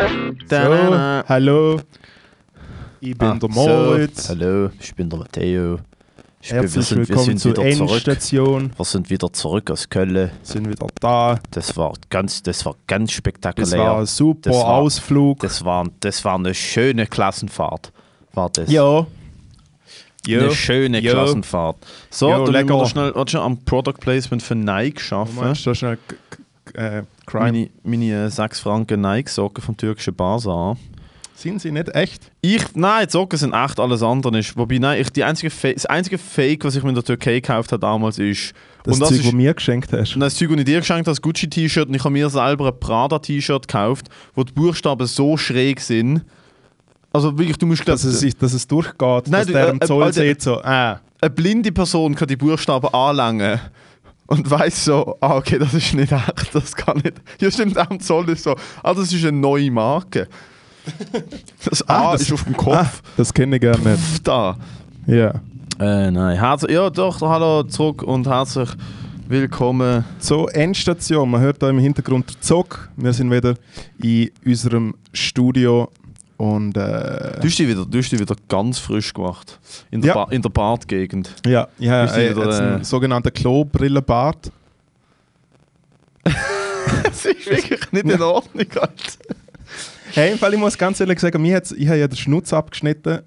So, Da-na-na. hallo, ich bin Ah, der so. Moritz. Hallo, ich bin der Matteo. Ich bin, wir Herzlich sind, wir willkommen sind zur wieder zurück. Endstation. Wir sind wieder zurück aus Köln. Sind wieder da. Das war ganz, das war ganz spektakulär. Das war ein super Das war- Ausflug. das war, das war eine schöne Klassenfahrt. War das? ja. Eine schöne Jo. Klassenfahrt. So, Jo, dann müssen wir lecker. Oh, noch schnell, warte, am Product Placement für Nike schaffen. Meinst du, das schnell k- k- äh, Crime? Meine, meine äh, 6 Franken Nike-Socken vom türkischen Basar. Sind sie nicht echt? Ich, nein, die Socken sind echt alles andere. Ist. Wobei, nein, ich, die einzige Fa das einzige Fake, was ich mir in der Türkei gekauft habe damals, ist. Das und das Zeug, ist, das mir geschenkt hast. Und das Zeug, das ich dir geschenkt habe, das Gucci-T-Shirt, und ich habe mir selber ein Prada-T-Shirt gekauft, wo die Buchstaben so schräg sind. Also wirklich, du musst glauben, Dass es, sich- dass es durchgeht, dass du- der äh, am Zoll äh, sieht so, äh, eine blinde Person kann die Buchstaben anlangen und weiß so, ah, okay, das ist nicht echt, das kann nicht. Hier stimmt, am Zoll ist so, ah, das ist eine neue Marke. Das A Ah, das- ist auf dem Kopf das kenne ich gerne nicht. da. Ja. Äh, nein, herzlich, ja doch, hallo zurück und herzlich willkommen. So, Endstation. Man hört da im Hintergrund den Zug. Wir sind wieder in unserem Studio und Du äh, hast dich wieder, du hast dich wieder ganz frisch gemacht. In der, Ja. ba in der Bartgegend. ja, ich habe bist du äh, wieder, jetzt äh, einen sogenannten Klobrillenbart. Das ist wirklich nicht in Ordnung, Alter. Hey, im Fall, ich muss ganz ehrlich sagen, mir hat's, ich habe ja den Schnutz abgeschnitten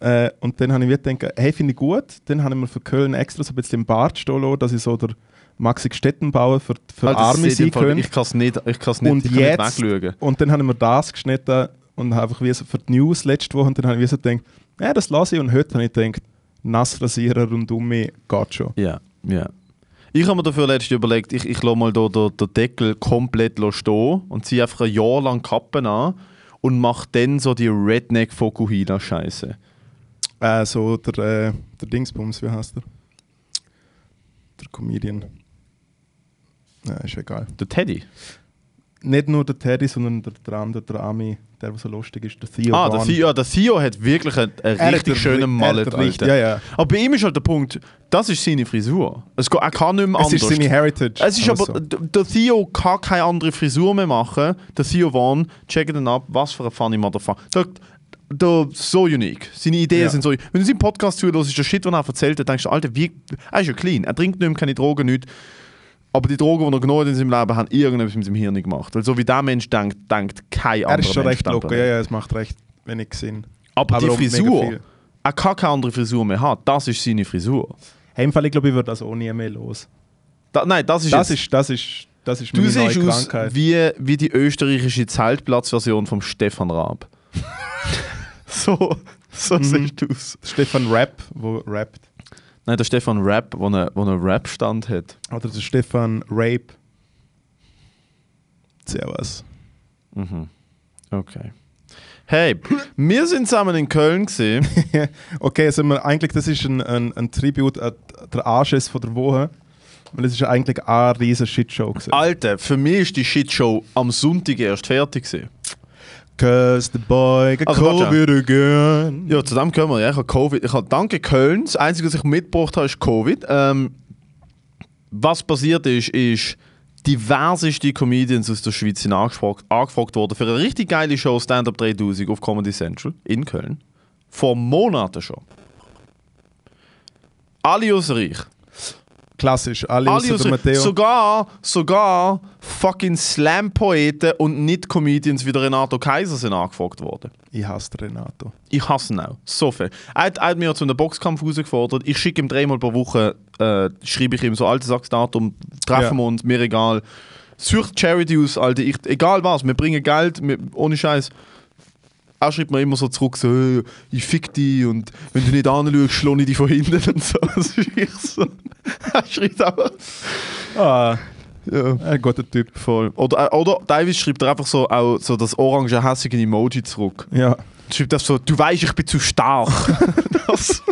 äh, und dann habe ich mir gedacht, hey, finde ich gut. Dann habe ich mir für Köln extra so ein bisschen im Bart stehen lassen, dass ich so der Maxi Gstettenbauer für, für Alter, das Also, Arme sieht sein im Fall- könnte. Ich kann es nicht, ich kann's nicht, Und ich kann jetzt- nicht wegschauen. Und dann habe ich mir das geschnitten und habe einfach wie so für die News letzte Woche und dann habe ich wie so gedacht, ja, das lasse ich. Und heute habe ich gedacht, Nassrasierer und Dummi geht schon. Ja, ja. Ich habe mir dafür letztens überlegt, ich, ich lasse mal den da, da, den Deckel komplett stehen und ziehe einfach ein Jahr lang Kappen an und mache dann so die redneck fokuhila scheiße Äh, so der, äh, der Dingsbums, wie heißt der? Der Comedian. Ja, ist egal. Der Teddy. Nicht nur der Teddy, sondern der, der andere, der Ami, der, der so lustig ist, der Theo. ah, der Wan. Theo, ja, der Theo hat wirklich einen, einen Er hat richtig den- er schönen hat Mallet, den richtig- Alter. ja, ja. Aber bei ihm ist halt der Punkt, das ist seine Frisur. Es geht, er kann nicht mehr Es ist anders. seine Also. Heritage. Es ist aber, so. d- der Theo kann keine andere Frisur mehr machen. Der Theo Vaughn, checkt ihn ab, was für ein funny Motherfucker. Der, der, so unique. Seine Ideen Ja. sind so. Wenn du seinen Podcast zuhörst, ist der Shit, den er erzählt hat, denkst du, Alter, wie, er ist ja clean. Er trinkt nicht mehr, keine Drogen, nichts. Aber die Drogen, die er genommen hat in seinem Leben, haben irgendetwas mit seinem Hirn gemacht. Weil so wie der Mensch denkt, denkt kein anderer Er ist schon Mensch recht denkt locker, er. ja, ja, es macht recht wenig Sinn. Aber, auch die mega Frisur, viel. er kann keine andere Frisur mehr haben. Das ist seine Frisur. Hey, im Fall, ich glaube, ich würde das auch nie mehr los. Da, nein, das ist Das jetzt- ist, das ist, das ist Du meine neue siehst aus Krankheit. wie, wie die österreichische Zeltplatzversion vom Stefan Raab. so so Mhm. siehst du aus. Stefan Rapp, wo rappt. Nein, der Stefan Raab, der einen, wo einen Rap-Stand hat. Oder der Stefan Rape. Servus. Okay. Hey, wir sind zusammen in Köln gesehen. okay, also wir, eigentlich das ist ein, ein, ein Tribut an der Arsches von der Woche. Weil es ist eigentlich eine riesen Shitshow gewesen. Alter, für mich ist die Shitshow am Sonntag erst fertig gewesen. Cause the boy got Also, warte. COVID again. Ja, zu dem können wir. Ja, ich habe Covid. Ich habe danke Köln. Das Einzige, was ich mitgebracht habe, ist Covid. Ähm, was passiert ist, ist, diverseste Comedians aus der Schweiz sind angefragt, angefragt worden für eine richtig geile Show Stand-Up 3000 auf Comedy Central in Köln. Vor Monaten schon. Alle außer ich. Klassisch, alle, Alle außer außer der Matteo. Sogar, sogar fucking Slam-Poeten und nicht-Comedians wie der Renato Kaiser sind angefragt worden. ich hasse Renato. Ich hasse ihn auch. So viel. Er hat, er hat mich ja zu einem Boxkampf herausgefordert. Ich schicke ihm dreimal pro Woche, äh, schreibe ich ihm so altes Sachsdatum, treffen Ja. wir uns, mir egal. Sucht Charity aus, Alter. Ich, egal was, wir bringen Geld, wir, ohne Scheiß. Er schreibt mir immer so zurück, so, «Äh, ich fick dich und wenn du nicht anschaust, schlone ich dich von hinten und so. Das ist ich so. Er schreibt aber. Ah, Ja. ein guter Typ. Voll. Oder, äh, oder teilweise schreibt er einfach so, auch so das orange hässige Emoji zurück Ja. schreibt das so, du weißt, ich bin zu stark. das.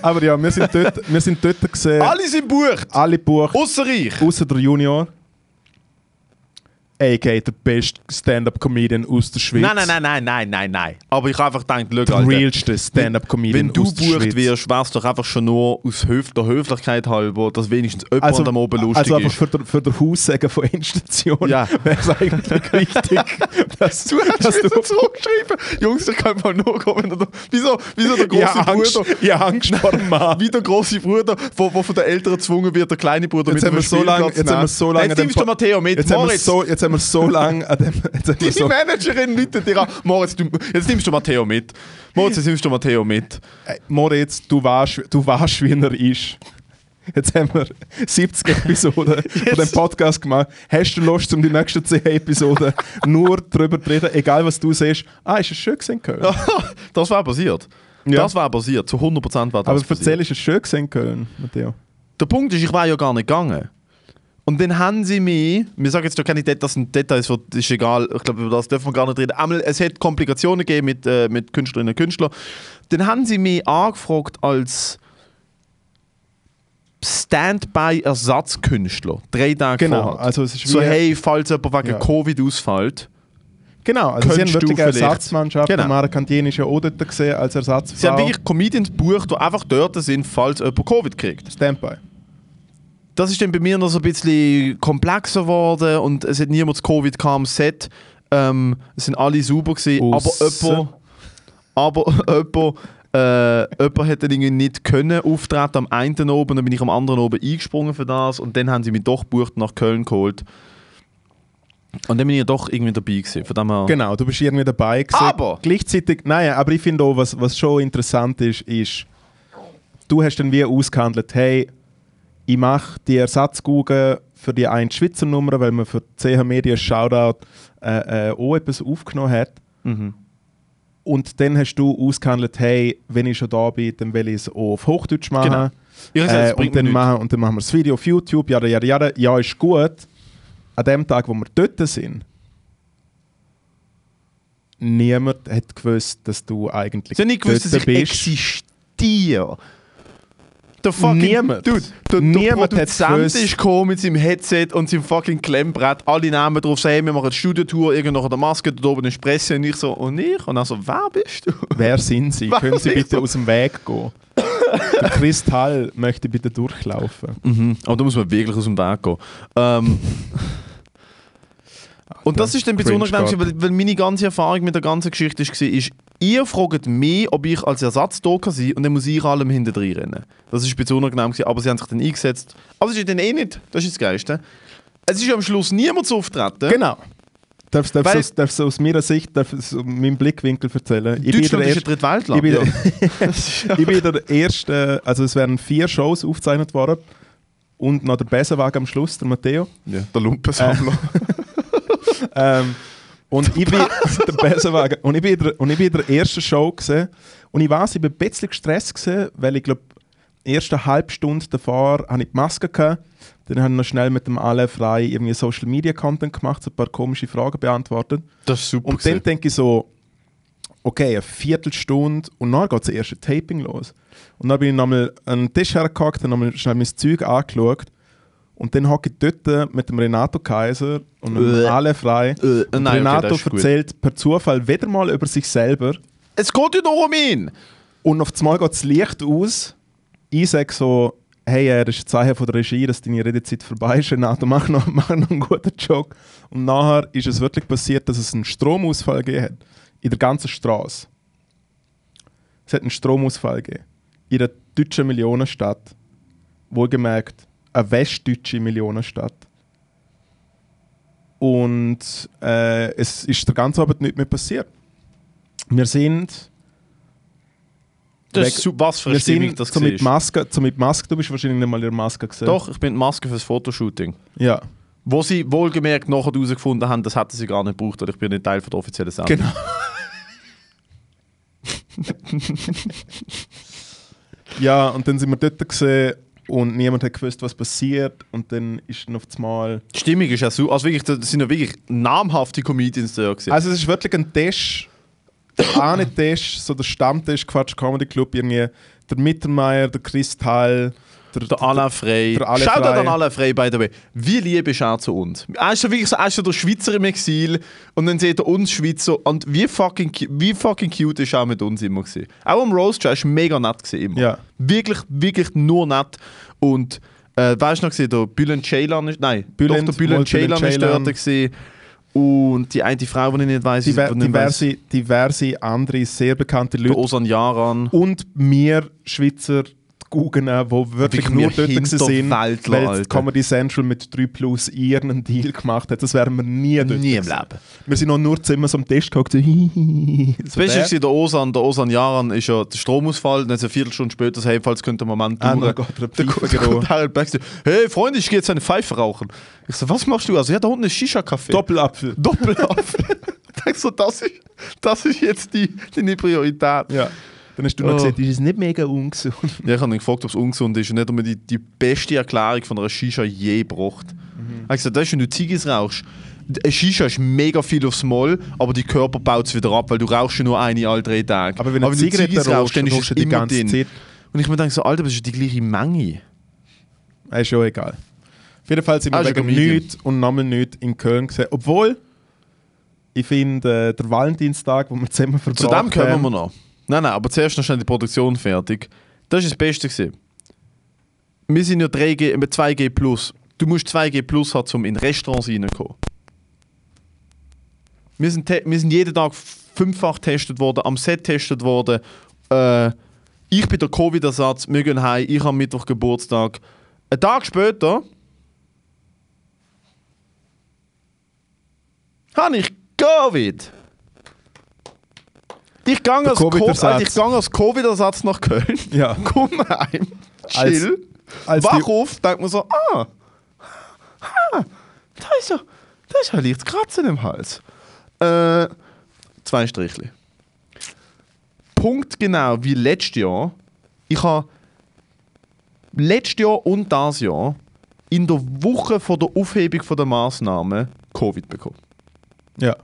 Aber ja, wir sind dort, wir sind dort Ah, gesehen. Alle sind bucht, alle Buch, außer ich. außer der Junior. a.k.a. der beste Stand-Up-Comedian aus der Schweiz. Nein, nein, nein, nein, nein, nein, nein. Aber ich habe einfach gedacht, schau, Der Alter, realste Stand-Up-Comedian wenn du aus der bucht Schweiz. wirst, wär's doch einfach schon nur aus Höf der Höflichkeit halber, dass wenigstens jemand also, am Oben lustig also aber ist. für, der, für den Haussägen von Endstation Ja. wäre es eigentlich wichtig, dass du, dass du zurückgeschrieben. Jungs, ich kann mal nur kommen. wenn er da- Wieso, wieso der ich habe Angst, ich habe Angst vor dem Mann. Wie der große Bruder, wo, wo von den Eltern gezwungen wird, der kleine Bruder Jetzt haben, wir einem so lang, Spielplatz jetzt haben wir nehmen. so lange. Jetzt an dem nimmst du Po- Matteo mit. Jetzt haben wir Moritz, so, jetzt haben wir so lange. An dem, jetzt haben wir Deine so, Managerin läutet dir an. Moritz, du, jetzt nimmst du Matteo mit. Moritz, jetzt nimmst du Matteo mit. Ey, Äh, Moritz, du weißt, du weißt, wie er ist. Jetzt haben wir 70 Episoden von dem Podcast gemacht. Hast du Lust, um die nächsten 10 Episoden nur darüber zu reden, egal was du siehst? Ah, ist es schön gesehen Köln? das war passiert. Ja. Das war passiert. Zu 100% war das Aber passiert. erzähl, ist es schön gesehen Köln, Matteo? Der Punkt ist, ich war ja gar nicht gegangen. Und dann haben sie mich, wir sagen jetzt doch keine Details, das sind Details, wo- ist egal, ich glaube, über das dürfen wir gar nicht reden. Einmal, es hat Komplikationen gegeben mit, äh, mit Künstlerinnen und Künstlern. Dann haben sie mich angefragt als Standby-Ersatzkünstler. Drei Tage Genau, vorher. also es ist so, wie- hey, falls jemand wegen Ja. Covid ausfällt. Genau, also sie haben Könntest du wirklich eine vielleicht. Ersatzmannschaft. Genau. Genau. Mara Cantini ist ja auch dort gesehen als Ersatzfrau. Sie haben wirklich Comedians gebucht, die einfach dort sind, falls jemand Covid kriegt. Standby. Das ist dann bei mir noch so ein bisschen komplexer geworden und es hat niemand das Covid kam am Set. Ähm, es sind alle super gewesen, Ausser- aber jemand, aber jemand, äh, jemand hat dann irgendwie nicht können auftreten am einen oben, dann bin ich am anderen oben eingesprungen für das und dann haben sie mich doch gebucht und nach Köln geholt. Und dann bin ich ja doch irgendwie dabei gewesen, von dem her. Genau, du bist irgendwie dabei gewesen. Aber- Gleichzeitig, nein, aber ich finde auch, was, was schon interessant ist, ist, du hast dann wie ausgehandelt, hey, ich mache die Ersatzgugel für die eine Schweizer Nummer, weil man für CH Media Shoutout äh, äh, auch etwas aufgenommen hat. Mhm. Und dann hast du ausgehandelt, hey, wenn ich schon da bin, dann will ich es auch auf Hochdeutsch machen. Genau. Ich hab gesagt, das Äh, bringt und, mir dann nichts. machen, und dann machen wir das Video auf YouTube, jada, jada, jada. Ja, ist gut. An dem Tag, wo wir dort sind, niemand hat gewusst, dass du eigentlich Sie haben nicht gewusst, dass dort ich existiere. Der fucking Niemand. Dude, der, der Niemand hat Produzent gewusst. ist gekommen mit seinem Headset und seinem fucking Klemmbrett. Alle Namen drauf sagen, wir machen eine Studiotour, irgendwo an der Maske, dort oben ist Presse. Und ich so, und ich? Und dann so, wer bist du? Wer sind Sie? Weiß Können Sie ich bitte so. aus dem Weg gehen? Der Kristall möchte bitte durchlaufen. Aber da muss man wirklich aus dem Weg gehen. Ähm, und das ist dann ein bisschen Cringe unangenehm, gewesen, weil, weil meine ganze Erfahrung mit der ganzen Geschichte war, ist, ihr fragt mich, ob ich als Ersatz da kann sein und dann muss ich allem hinterdrein rennen. Das ist ein bisschen unangenehm, gewesen, aber sie haben sich dann eingesetzt. Aber es ist dann eh nicht, das ist das Geilste. Es ist am Schluss niemand zu auftreten. Genau. Darfst du Weil- aus, darf's aus meiner Sicht, darfst aus meinem Blickwinkel erzählen? Ich bin Deutschland der ist ein Erste- Drittweltland. ich bin der- ja. ich bin der erste, also es werden vier Shows aufgezeichnet worden und noch der Besenwagen am Schluss, der Matteo. ja, der Lumpensammler. Ähm, und ich bin der Besenwagen und ich bin der, und ich bin der erste Show gesehen und ich weiß, ich bin ein bisschen gestresst gewesen, weil ich glaube erste halbe Stunde davor hatte ich die Maske gehabt. Dann habe ich noch schnell mit dem Alle frei irgendwie Social Media Content gemacht, so ein paar komische Fragen beantwortet. Das ist super. Und dann denke ich so, okay, eine Viertelstunde und dann geht das erste Taping los. Und dann bin ich nochmal an den Tisch hergehockt, habe nochmal schnell mein Zeug angeschaut und dann hocke ich dort mit dem Renato Kaiser und Äh. dem alle frei. Äh, und nein, okay, Renato das ist gut. erzählt per Zufall wieder mal über sich selber es geht ja nur um ihn. und auf einmal geht das Licht aus. Ich sage so, hey, äh, das ist ein Zeichen von der Regie, dass deine Redezeit vorbei ist, Renato, mach noch, mach noch einen guten Joke. Und nachher ist es wirklich passiert, dass es einen Stromausfall gegeben hat. In der ganzen Straße. Es hat einen Stromausfall gegeben. In der deutschen Millionenstadt. Wohlgemerkt, eine westdeutsche Millionenstadt. Und äh, es ist der ganze Abend nicht mehr passiert. Wir sind Das Weg- ist super, was für eine wir Stimmung sind das so mit war. Maske, so mit Maske, du bist wahrscheinlich nicht mal in der Maske gesehen. Doch, ich bin mit Maske fürs Fotoshooting. Ja. Wo sie wohlgemerkt nachher herausgefunden haben, das hätten sie gar nicht gebraucht, weil ich bin nicht Teil von der offiziellen Sendung. Genau. ja, und dann sind wir dort gesehen und niemand hat gewusst, was passiert und dann ist dann auf das Mal. Die Stimmung ist ja so, also wirklich, das sind ja wirklich namhafte Comedians da gewesen. Also es ist wirklich ein Tisch, auch nicht Tisch, so der Stammtisch Quatsch Comedy Club irgendwie der Mittermeier, der Kristall, Der- Der Alain Frey. der Alain Schau dir Frey. den Alain Frey, by the way. Wie lieb ist er zu uns? Er ist so wirklich so, er ist so der Schweizer im Exil und dann sieht er uns Schweizer und wie fucking, cu- wie fucking cute ist er mit uns immer gewesen. Auch am Roast, er ist mega nett gewesen immer. Ja. Wirklich, wirklich nur nett und äh, weißt du noch, gewesen, der Bülent Ceylan ist, nein, Bülent, doch der Bülent Molt Bülent Ceylan ist dort Ceylan. gewesen und die eine Frau, die ich nicht weiss, Diver die ich nicht weiss, diverse, diverse andere sehr bekannte der Leute. Osan Yaran. Und wir Schweizer Guggen, die wirklich Wirklich nur wir dort gewesen sind, Hinterwäldler, weil Alter. die Comedy Central mit 3 Plus ihren Deal gemacht hat. Das wären wir nie dort Nie im gewesen. Leben. Wir sind noch nur immer so am Tisch gehockt. so Das Beste der. war der Osan, der Osan Yaran ist ja der Stromausfall, dann ist eine Viertelstunde später, hey, falls könnte man Moment Ah, dauern. dann geht er Dann Pfeife kommt- dann gehen. kommt Harald Baxter, hey Freunde, ich gehe jetzt eine Pfeife rauchen. Ich so, was machst du? Also, ja, da unten ist Shisha-Kaffee. Doppelapfel. Doppelapfel. ich so, das ist, das ist jetzt die, deine Priorität. Ja. Dann hast du noch Oh. gesagt, das ist nicht mega ungesund. Ja, ich habe ihn gefragt, ob es ungesund ist und nicht, ob man die, die beste Erklärung von einer Shisha je braucht. Mhm. Er hat gesagt, das ist, wenn du Ziggis rauchst, d- eine Shisha ist mega viel aufs Mal, aber die Körper baut es wieder ab, weil du rauchst ja nur eine alle drei Tage. Aber wenn du du Zigarette Ziggis rauchst, dann dann ist rauchst es du die immer ganze drin. Zeit. Und ich mir denke so, Alter, aber das ist die gleiche Menge. Ah, Ist schon egal. Auf jeden Fall sind Ah, wir ist ein wegen Comedian. nichts und nochmal nichts in Köln gesehen. Obwohl, ich finde, äh, der Valentinstag, wo wir zusammen verbracht Zu dem kommen haben- wir noch. Nein, nein, aber zuerst noch schnell die Produktion fertig. Das war das Beste. Gewesen. Wir sind ja 3G, eben 2G Plus. Du musst 2G Plus haben, um in Restaurants reinzukommen. Wir sind, te- wir sind jeden Tag fünffach getestet worden, am Set getestet worden. Äh, ich bin der Covid-Ersatz, wir gehen heim, ich habe am Mittwoch Geburtstag. Einen Tag später habe ich Covid. Ich gehe als, Co Covid-Ersatz. also ich gehe als Covid-Ersatz nach Köln, Ja. komm heim, Als- chill, Als die- wach auf, denkt man so, ah, ah, da ist ja, da ist ja ein leichtes Kratzen im Hals. Äh, zwei Strichli. Punkt genau wie letztes Jahr. Ich habe letztes Jahr und das Jahr in der Woche vor der Aufhebung von der Maßnahmen Covid bekommen. Ja.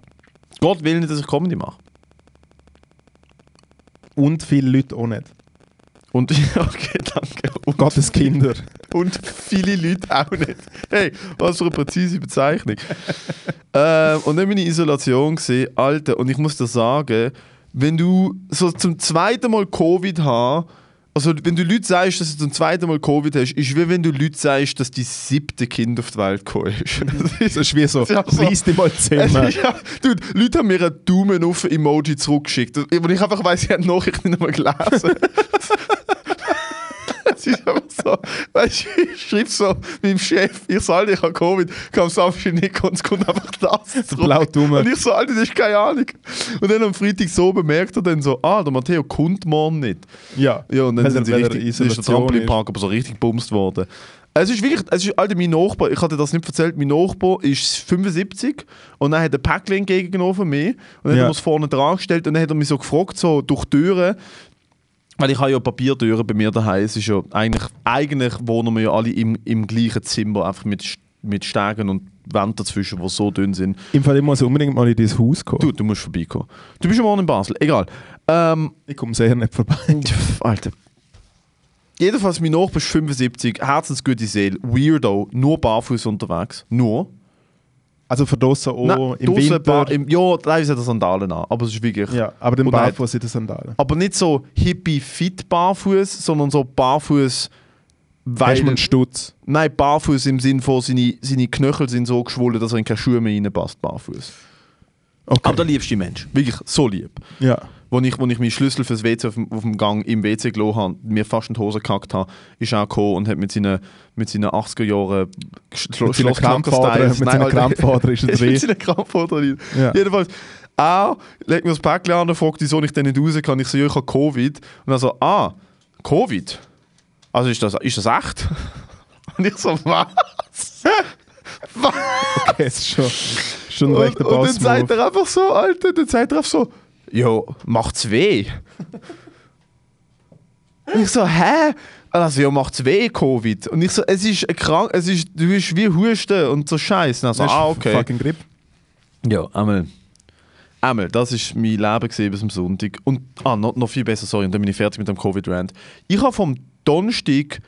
Gott will nicht, dass ich Comedy mache. Und viele Leute auch nicht. Und ja, okay, danke. Und, Gottes Kinder. und viele Leute auch nicht. Hey, was für eine präzise Bezeichnung. ähm, und dann bin ich in Isolation gesehen, Alter, und ich muss dir sagen, wenn du so zum zweiten Mal Covid hast, also wenn du Leute sagst, dass du zum zweiten Mal Covid hast, ist wie wenn du Leute sagst, dass die siebte Kind auf die Welt gekommen ist. Das Das ist wie so, Ja, so. reiss dich mal zusammen. ja, dude, Leute haben mir einen Daumen auf Emoji zurückgeschickt. Und ich einfach weiss, ich habe die Nachricht nicht mehr gelesen. Es ist einfach so, weißt du, ich schreibe so meinem Chef, ich soll ich habe Covid, kam Samstag nicht und es kommt einfach das. zurück. blaue Daumen. Und ich so, Alter, das ist keine Ahnung. Und dann am Freitag so bemerkt er dann so, ah, der Matteo kommt morgen nicht. Ja. Also Ja, und dann Weil sind er- sie weil er richtig, ist der Isolation Trampolinpark aber so richtig bumst worden. Es ist wirklich, es ist, Alter, mein Nachbar, ich hatte das nicht erzählt, mein Nachbar ist 75 und dann hat er ein Päckchen entgegengenommen von mir und dann Ja. hat er mir es vorne dran gestellt und dann hat er mich so gefragt, so durch die Türen, weil ich habe ja Papiertüren bei mir daheim, es ist ja eigentlich, eigentlich wohnen wir ja alle im, im gleichen Zimmer, einfach mit, St- mit Stegen und Wänden dazwischen, die so dünn sind. Im Fall, ich muss unbedingt mal in dein Haus kommen. Du, du musst vorbeikommen. Du bist ja morgen in Basel, egal. Ähm, Ich komme sehr nicht vorbei. Pff, Alter. Jedenfalls, mein Nachbar ist 75, herzensgute Seele, Weirdo, nur barfuß unterwegs. Nur. Also von draussen auch Nein, im draussen Winter. bar- im, ja, teilweise hat er Sandalen an, aber es ist wirklich. ja, aber den Und er hat- Barfuß in den Sandalen. Aber nicht so hippie-fit barfuß, sondern so barfuß. Weißt Weißt du, einen man, Stutz? nein, barfuß im Sinn von, seine, seine Knöchel sind so geschwollen, dass er in keine Schuhe mehr reinpasst, barfuß. Okay. Aber der liebste Mensch. Wirklich so lieb. ja. Wo ich, wo ich meinen Schlüssel fürs WC auf dem, auf dem Gang im WC gelassen habe, mir fast in die Hose gekackt habe, ist auch gekommen und hat mit seinen, mit seinen 80er Jahren Mit seinen Krampfadern- mit seinen Krampfadern ist er drin. Mit seinen Krampfadern. Ja. Jedenfalls, auch legt mir das Päckchen an und fragt, wieso ich denn nicht raus kann. Ich so, ja, ich habe Covid. Und dann so, ah, Covid? Also ist das, ist das echt? Und ich so, was? Okay, ist schon, schon ein Und, rechter und dann Boss. sagt er einfach so, Alter, dann sagt er einfach so, jo, macht's weh. und ich so, hä? Und er so, ja, macht's weh, Covid. Und ich so, es ist krank, es ist, du bist wie Husten und so Scheiß. Und er so, ah, okay. Fucking Grip. Ja, einmal. Einmal, das ist mein Leben gesehen bis am Sonntag. Und ah, noch, noch viel besser, sorry, und dann bin ich fertig mit dem Covid-Rant. Ich habe vom Donnerstag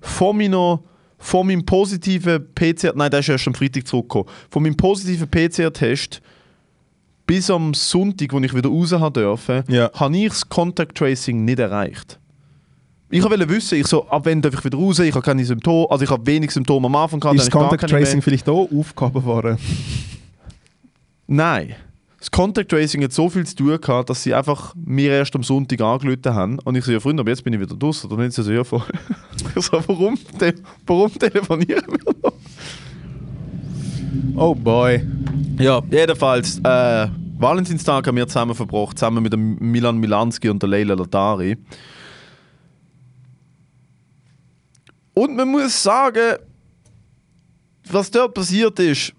von meiner von meinem positiven PCR, nein, der ist erst am Freitag zurückgekommen, von meinem positiven PCR-Test bis am Sonntag, wo ich wieder raus haben dürfen, Ja. habe ich das Contact Tracing nicht erreicht. Ich wollte wissen, ich so, ab wann darf ich wieder raus, ich habe keine Symptome, also ich habe wenig Symptome am Anfang gehabt. Ist das dann habe ich Contact gar keine Tracing vielleicht auch aufgehoben worden? Nein. Das Contact Tracing hat so viel zu tun gehabt, dass sie einfach mir erst am Sonntag angelötet haben. Und ich so, ja Freunde, aber jetzt bin ich wieder draußen. Dann haben sie so, ja voll. Ich so, warum, te warum telefonieren wir noch? Oh boy. Ja, jedenfalls, äh, Valentinstag haben wir zusammen verbracht, zusammen mit dem Milan Milanski und der Leila Latari. Und man muss sagen, was dort passiert ist,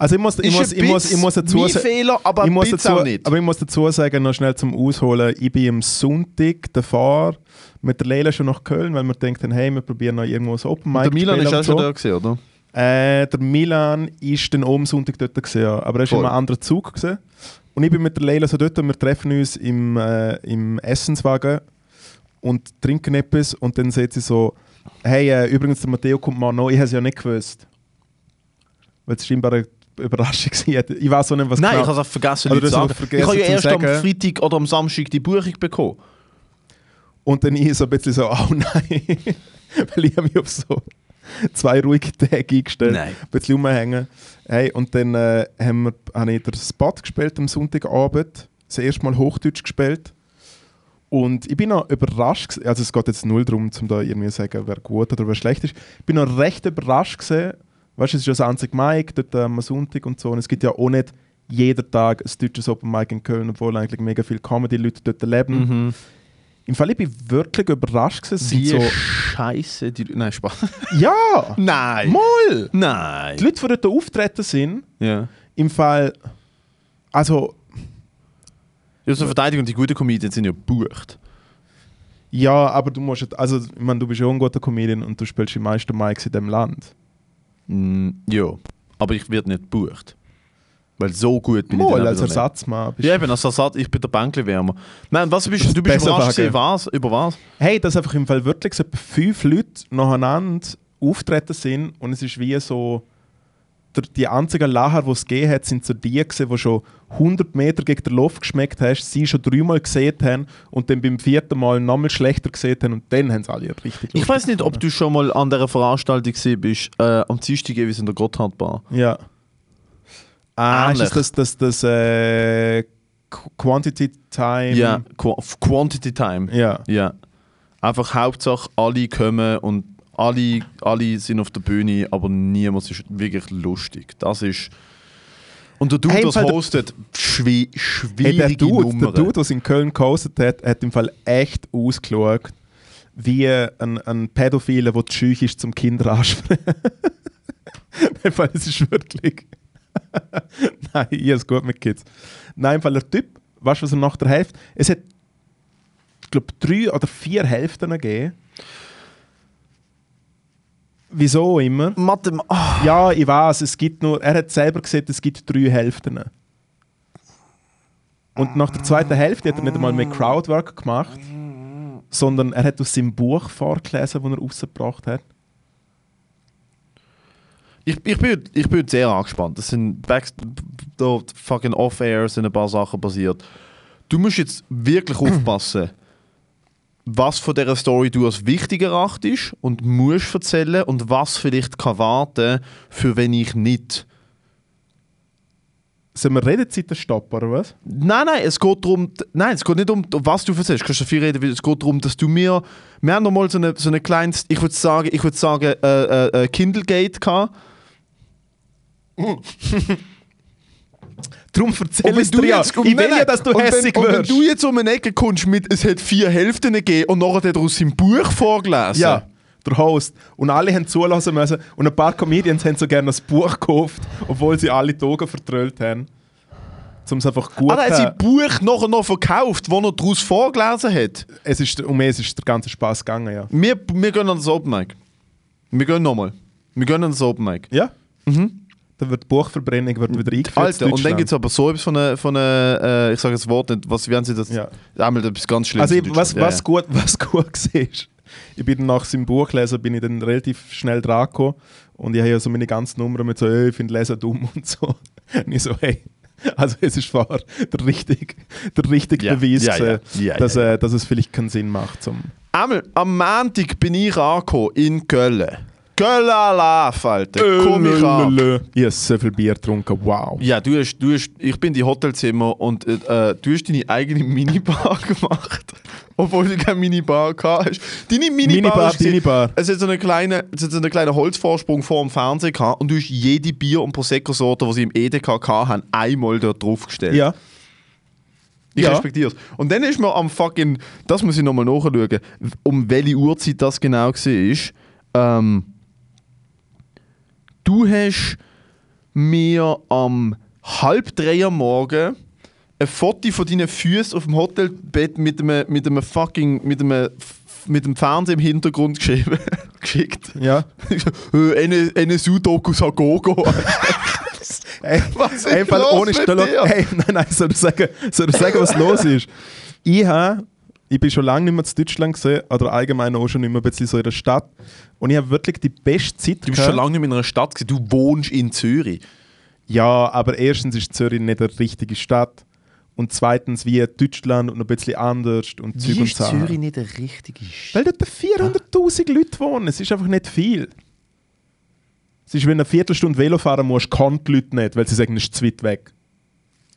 Also ich muss, ich ist muss, ein ich muss, ich bisschen muss dazu mein sa- Fehler, aber ich ein muss bisschen dazu, auch nicht. Aber ich muss dazu sagen, noch schnell zum Ausholen, ich bin am Sonntag davor mit der Leila schon nach Köln, weil wir denken, hey, wir probieren noch irgendwo ein Open Mic der Milan zu ist spielen auch und schon so. da gewesen, oder? Äh, der Milan ist dann auch am Sonntag dort gewesen, ja. aber er ist Voll. immer ein anderer Zug gewesen. Und ich bin mit der Leila so dort und wir treffen uns im, äh, im Essenswagen und trinken etwas und dann sagt sie so, hey, äh, übrigens der Matteo kommt mal noch, ich habe es ja nicht gewusst. Weil es scheinbar eine Überraschung war. Ich weiß auch nicht, was Nein, genau- ich habe es auch vergessen, Oder Leute zu das habe sagen. ich Ich vergessen habe ja zu erst am sagen. Freitag oder am Samstag die Buchung bekommen. Und dann ich so ein bisschen so, oh nein. Weil ich habe mich auf so zwei ruhige Tage eingestellt. Nein. Ein bisschen rumhängen. Hey, und dann äh, haben wir, habe ich den Spot gespielt am Sonntagabend. Das erste Mal Hochdeutsch gespielt. Und ich bin noch überrascht, gewesen- also es geht jetzt null darum, um da irgendwie zu sagen, wer gut oder wer schlecht ist. Ich bin noch recht überrascht gesehen, weißt du, es ist ja das einzige Mic, dort äh, am Sonntag und so. Und es gibt ja auch nicht jeden Tag ein deutsches Open Mic in Köln, obwohl eigentlich mega viele Comedy-Leute dort leben. Mhm. Im Fall, ich bin wirklich überrascht gewesen. es sind Wie So, scheiße die Leute. Nein, Spaß. ja! Nein! Moll! Die Nein! Leute, die dort auftreten sind, Ja. im Fall. Also, Ja, so Verteidigung, die guten Comedians sind ja bucht. ja, aber du musst. Also, ich meine, du bist ja auch ein guter Comedian und du spielst die meisten Mics in diesem Land. ja. Aber ich werde nicht bucht. Weil so gut bin ich Moll, dann als wieder nicht. Ersatzmann. bist- Ja, eben, als Ersatz, ich bin der Bänkli-Wärmer. Nein, was bist du? Du bist Besser überrascht sagen. gewesen, was? Über was? Hey, dass einfach im Fall wirklich so etwa fünf Leute nacheinander auftreten sind und es ist wie so. der- Die einzigen Lacher, die es gegeben hat, sind so die, gewesen, die schon 100 Meter gegen den Luft geschmeckt hast, sie schon dreimal gesehen haben und dann beim vierten Mal nochmal schlechter gesehen haben und dann haben sie alle richtig Ich weiß nicht, ob du schon mal an dieser Veranstaltung gewesen bist, äh, am Dienstag jeweils in der Gotthardbar. Ja. Ah, ist Ähnlich. das das, das, das äh, Qu- Quantity Time? Ja, Qu Quantity Time. Ja. Ja. Einfach Hauptsache, alle kommen und alle, alle sind auf der Bühne, aber niemand ist wirklich lustig. Das ist. Und der Dude, Hey, im das Fall der- hostet, schwi Hey, schwierige der Dude, der Nummern. Dude, was in Köln gehostet hat, hat im Fall echt ausgeschaut wie ein, ein Pädophiler, der zu schüch ist zum Kinder ansprechen. Im Fall, es ist wirklich. Nein, ich hab's gut mit Kids. Nein, im Fall der Typ, weißt du, was er nach der Hälfte. Es hat, ich glaube, drei oder vier Hälften gegeben. Wieso immer? Mathem ah. Ja, ich weiß, es gibt nur, er hat selber gesagt, es gibt drei Hälften. Und nach der zweiten Hälfte hat er nicht einmal mehr Crowdwork gemacht, sondern er hat aus seinem Buch vorgelesen, das er rausgebracht hat. ich, ich, bin, ich bin sehr angespannt. Es sind Back da fucking Off-Air sind ein paar Sachen passiert. Du musst jetzt wirklich aufpassen, was von dieser Story du als wichtig erachtest und musst erzählen und was vielleicht kann warten, für wenn ich nicht. Sollen wir Redezeiten stoppen, oder was? Nein, nein, es geht darum, nein, es geht nicht um, was du erzählst, du kannst du viel reden, weil es geht darum, dass du mir, wir haben nochmal so eine, so eine kleines, ich würde sagen, ich würde sagen, äh, äh, äh, Kindlegate gehabt. Darum erzähl es du dir ja. jetzt- Ich will nein, nein, ja, dass du und wenn- hässig Und wenn wirst. du jetzt um eine Ecke kommst mit, es hat vier Hälften gegeben und nachher hat er aus seinem Buch vorgelesen. Ja, der Host. Und alle haben zulassen müssen. Und ein paar Comedians haben so gerne das Buch gekauft, obwohl sie alle die Augen vertrölt haben. Um es einfach gut Ah, er hat haben. sein Buch nachher noch verkauft, wo er daraus vorgelesen hat. es ist, Um es ist der ganze Spaß gegangen, ja. Wir, wir gehen an das Open Mic. Wir gehen nochmal. Wir gehen an das Open Mic. Ja. Dann wird die Buchverbrennung wird wieder eingeführt. Mhm. Alter, in und dann Deutschland. gibt es aber so etwas von einer, von einer äh, ich sage das Wort nicht, was, wie haben sie das? Ja. Einmal etwas ganz Schlimmes. Also, in ich- was, Deutschland. was, gut, was gut war, ist, Ich bin dann nach seinem Buch lesen, bin ich dann relativ schnell dran gekommen. Und ich habe ja so meine ganzen Nummern mit so, «Ey, ich finde Lesen dumm und so. Und ich so, hey, also es ist wahr, der richtige, der richtige Ja, Beweis, ja, ja, gewesen, ja, ja, dass, Äh, dass es vielleicht keinen Sinn macht. Zum Einmal, am Montag bin ich angekommen in Köln. Köln Alaf, Alter. Komm ich an. Ich habe so viel Bier getrunken, wow. Ja, du hast, du hast, ich bin in die Hotelzimmer und äh, äh, du hast deine eigene Minibar gemacht. Obwohl du keine Minibar gehabt hast. Deine Minibar, Minibar, ist gewesen- Minibar. Es hat so einen kleinen, es hat so einen kleinen Holzvorsprung vor dem Fernseher gehabt und du hast jede Bier- und Prosecco-Sorte, die sie im Edeka gehabt haben, einmal dort draufgestellt. Ja. Ich Ja. respektiere es. Und dann ist mir am fucking, das muss ich nochmal nachschauen, w- um welche Uhrzeit das genau war. Ähm, du hast mir am halb drei am Morgen ein Foto von deinen Füßen auf dem Hotelbett mit einem, mit einem fucking, mit einem, F- mit einem Fernseher im Hintergrund geschrieben, geschickt. Ja. Ich so, äh, N- NSU-Dokus an Gogo. Ey, Was ist ey, Fall, los ohne mit Stelle. dir? Ey, nein, nein, soll ich sagen, soll ich sagen was los ist? Ich habe, ich bin schon lange nicht mehr zu Deutschland gesehen, oder allgemein auch schon nicht mehr ein bisschen so in der Stadt. Und ich habe wirklich die beste Zeit Du bist gehabt. schon lange nicht mehr in einer Stadt gewesen. du wohnst in Zürich. Ja, aber erstens ist Zürich nicht eine richtige Stadt. Und zweitens wie Deutschland und ein bisschen anders und Zeug und Sachen. nicht der richtige Stadt? Weil dort 400'000 Leute wohnen, es ist einfach nicht viel. Es ist, wenn du eine Viertelstunde Velo fahren musst, kann die Leute nicht, weil sie sagen, es ist zu weit weg.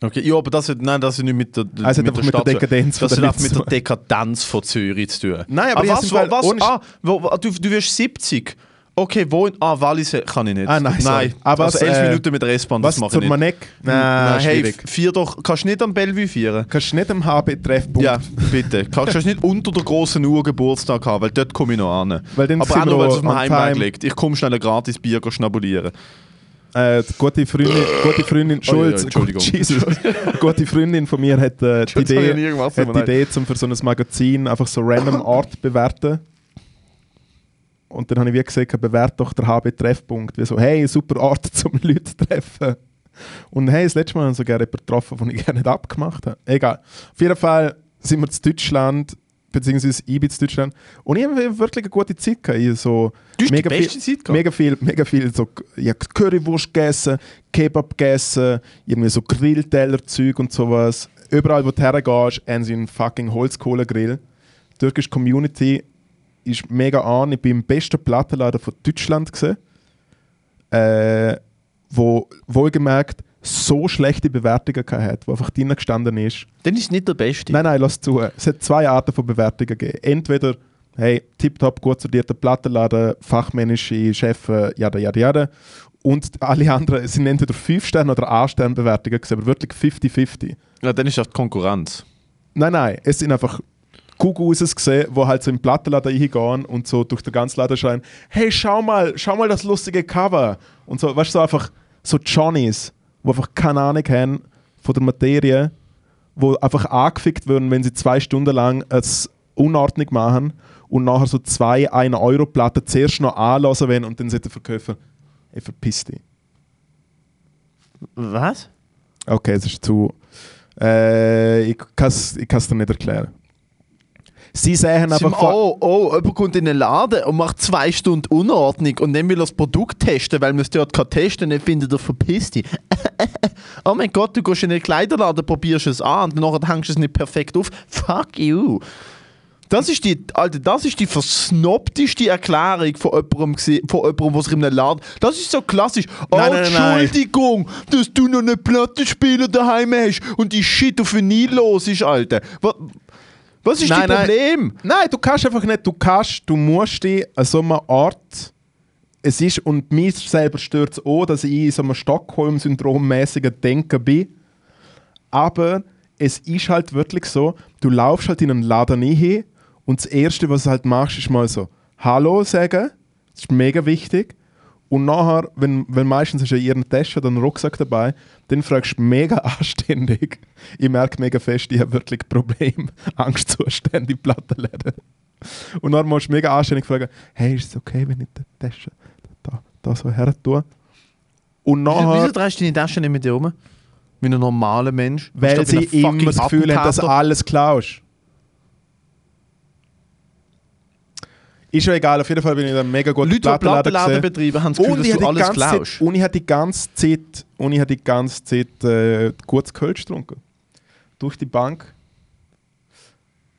Okay, ja, aber das hat, nein, das hat nicht mit der, Ah, hat einfach mit der Stadt zu- Dekadenz von das der hat einfach mit der Witz- Dekadenz von Zürich zu tun. Nein, aber ich was, hab's im wo, Fall was, ohne- ah, wo, wo, du, du wirst 70. Okay, wo in, ah, Wallis kann ich nicht. Ah, nein, sorry. nein. Aber Aber also was, 11 äh, Minuten mit der S-Bahn, das Was, mache zur ich nicht. Manek? Nein, hey, schwierig. vier doch, kannst du nicht am Bellevue feiern? Kannst du nicht am HB-Treffpunkt. Ja, bitte. Kannst du nicht unter der großen Uhr Geburtstag haben, weil dort komme ich noch an. Weil dann aber sind auch wir nur, weil es auch auf dem on Heimweg time. liegt. Ich komme schnell ein gratis Bier schnabulieren. Äh, die gute Freundin, gute Freundin Oh, ja, ja, Schulz, Entschuldigung. Jesus, gute Freundin von mir hat äh, die Schulz habe ich nie Idee, gemacht, hat aber die nein. Idee zum für so ein Magazin einfach so random Art bewerten. Und dann habe ich wie gesagt, bewert doch der HB-Treffpunkt. Wie so, hey, super Art zum Leute zu treffen. Und hey, das letzte Mal haben sie sogar jemanden getroffen, den ich gerne nicht abgemacht habe. Egal. Auf jeden Fall sind wir zu Deutschland, beziehungsweise ich bin zu Deutschland. Und ich habe wirklich eine gute Zeit gehabt. Ich habe so Du hast die mega viel- beste Zeit gehabt. Mega viel, mega viel so ich hab Currywurst gegessen, Kebab gegessen, irgendwie so Grillteller-Zeug und sowas. Überall, wo du hergehst, haben sie einen fucking Holzkohlegrill. Die türkische Community ist mega an. Ich bin im besten Plattenladen von Deutschland gesehen, äh, wo wohlgemerkt so schlechte Bewertungen gehabt hat, wo einfach drin gestanden ist. Dann ist es nicht der Beste. Nein, nein, lass zu. Es hat zwei Arten von Bewertungen gegeben. Entweder, hey, tipptopp, gut sortierter Plattenladen, fachmännische Chefs, jada, jada, jada. Und alle anderen es sind entweder 5-Sterne- oder A-Sterne-Bewertungen gewesen, aber wirklich 50-50. Ja, dann ist das die Konkurrenz. Nein, nein, es sind einfach Kugelhauses gesehen, wo halt so im Plattenladen reingehen und so durch den ganzen Laden schreien, hey, schau mal, schau mal das lustige Cover. Und so, weißt du, so einfach so Johnnies, die einfach keine Ahnung haben von der Materie, wo einfach angefickt würden, wenn sie zwei Stunden lang es Unordnung machen und nachher so zwei 1-Euro-Platten zuerst noch anlassen werden und dann sagt der Verkäufer, ey, verpiss dich. Was? Okay, es ist zu. Äh, ich kann es ich kann's dir nicht erklären. Sie sehen Sim, einfach. oh, vor- oh, jemand kommt in den Laden und macht zwei Stunden Unordnung und dann will er das Produkt testen, weil man es dort kann testen kann, dann findet er verpisst dich. oh mein Gott, du gehst in den Kleiderladen, probierst es an und nachher hängst du es nicht perfekt auf. Fuck you. Das ist die, Alter, das ist die versnobteste Erklärung von jemandem, gsi- von jemandem, was sich in einem Laden... Das ist so klassisch. Oh, Nein, nein, nein, nein. Entschuldigung, dass du noch einen Plattenspieler daheim hast und die Shit auf Vinyl los ist, Alter. Was, was ist dein Nein, nein. Problem? Nein, du kannst einfach nicht. Du kannst, du musst dich an so einem Ort. Es ist, und mich selber stört es auch, dass ich in so einem Stockholm-Syndrom-mäßigen Denken bin. Aber es ist halt wirklich so, du laufst halt in einen Laden hin und das Erste, was du halt machst, ist mal so Hallo sagen. Das ist mega wichtig. Und nachher, wenn, wenn meistens hast du ja ihren Tasche oder einen Rucksack dabei, dann fragst du mega anständig. Ich merke mega fest, ich habe wirklich Probleme, Angstzustände in Plattenläden. Und dann musst du mega anständig fragen, hey, ist es okay, wenn ich die Tasche da, da so her tue? Und Wieso, nachher... wieso drehst du deine Tasche nicht mit dir um? Wie ein normaler Mensch. Weil Anstatt sie wie ein immer fucking das Gefühl haben, dass Attentäter. alles klaust. Ist ja egal, auf jeden Fall bin ich da mega gut Leute, die Plattenläden betreiben, haben das Gefühl, Und ich dass du habe Oh, die alles ganze klaust. Zeit, und ich habe die ganze Zeit, und ich habe die ganze Zeit äh, gutes Kölsch getrunken. Durch die Bank.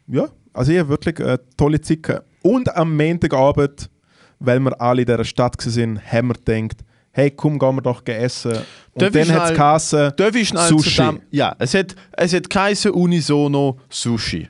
Ja, also ich habe wirklich äh, tolle Zeit gehabt. Und am Montagabend, weil wir alle in dieser Stadt waren, haben wir gedacht, hey, komm, gehen wir doch gehen essen. Und Darf ich dann hat es schnell- geheißen, Darf ich schnell Sushi. zu dem... Ja, es hat, es hat geheißen Unisono Sushi.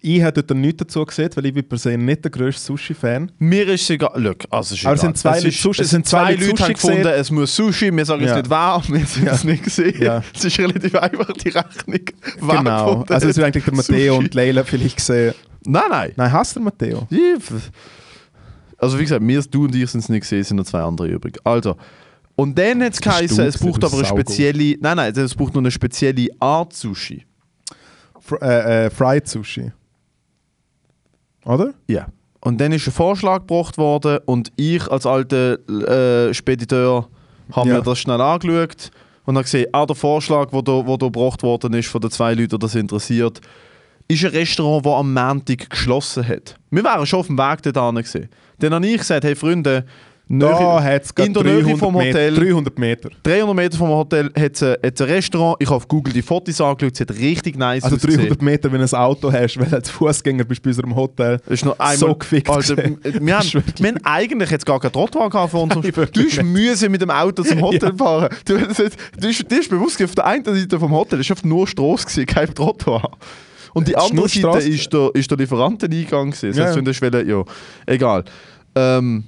ich habe dort nichts dazu gesehen, weil ich bin per se nicht der grösste Sushi-Fan. Mir ist es egal. Look, also ist Aber egal. es sind zwei es Leute Sushi- es sind zwei Leute Leute haben Sushi gefunden, gesehen. es muss Sushi, wir sagen Ja. es nicht wahr, wir sind es nicht gesehen. Ja. Es ist relativ einfach die Rechnung. wahr Genau. gefunden Also es hat. war eigentlich der Matteo Sushi. und Leila vielleicht gesehen. Nein, nein. Nein, hasst der Matteo? Ja, f- Also wie gesagt, wir, du und ich sind es nicht gesehen, sind noch zwei andere übrig. Also, und dann hat es bist geheißen, du es braucht gewesen, aber eine du Saugo. spezielle... Nein, nein, es braucht nur eine spezielle Art Sushi. Fr äh, äh, Fried Sushi. Oder? Ja. Und dann ist ein Vorschlag gebracht worden und ich als alter äh, Spediteur habe Ja. mir das schnell angeschaut und habe gesehen, ah, der Vorschlag, der da, wo da gebracht worden ist von den zwei Leuten, die das interessiert, ist ein Restaurant, das am Montag geschlossen hat. Wir waren schon auf dem Weg dorthin gewesen. Dann habe ich gesagt, hey Freunde, Da Nähe- hat es in der Nähe 300, vom Meter- Hotel. 300 Meter. 300 Meter vom Hotel hat es ein, hat's ein Restaurant. Ich habe auf Google die Fotos angeschaut, es hat richtig nice Also ausgesehen. 300 Meter, wenn du ein Auto hast, weil du als Fußgänger bist bei unserem Hotel. Das ist noch einmal, So gefickt Alter, gesehen. wir, wir, haben, wir haben eigentlich jetzt gar keinen Trottoir gehabt von uns. Nein, du wirklich hast Mühe mit dem Auto zum Hotel Ja. fahren. Du, du, du, bist- du bist bewusst, gewesen, auf der einen Seite vom Hotel ist oft nur Strasse, gewesen, kein Trottoir. Und die Es ist andere nur Seite Strasse. ist der, ist der Lieferanteneingang. Gewesen. Das Äh, Ja, heißt, ja. wenn du hast wollen, ja, egal. Ähm,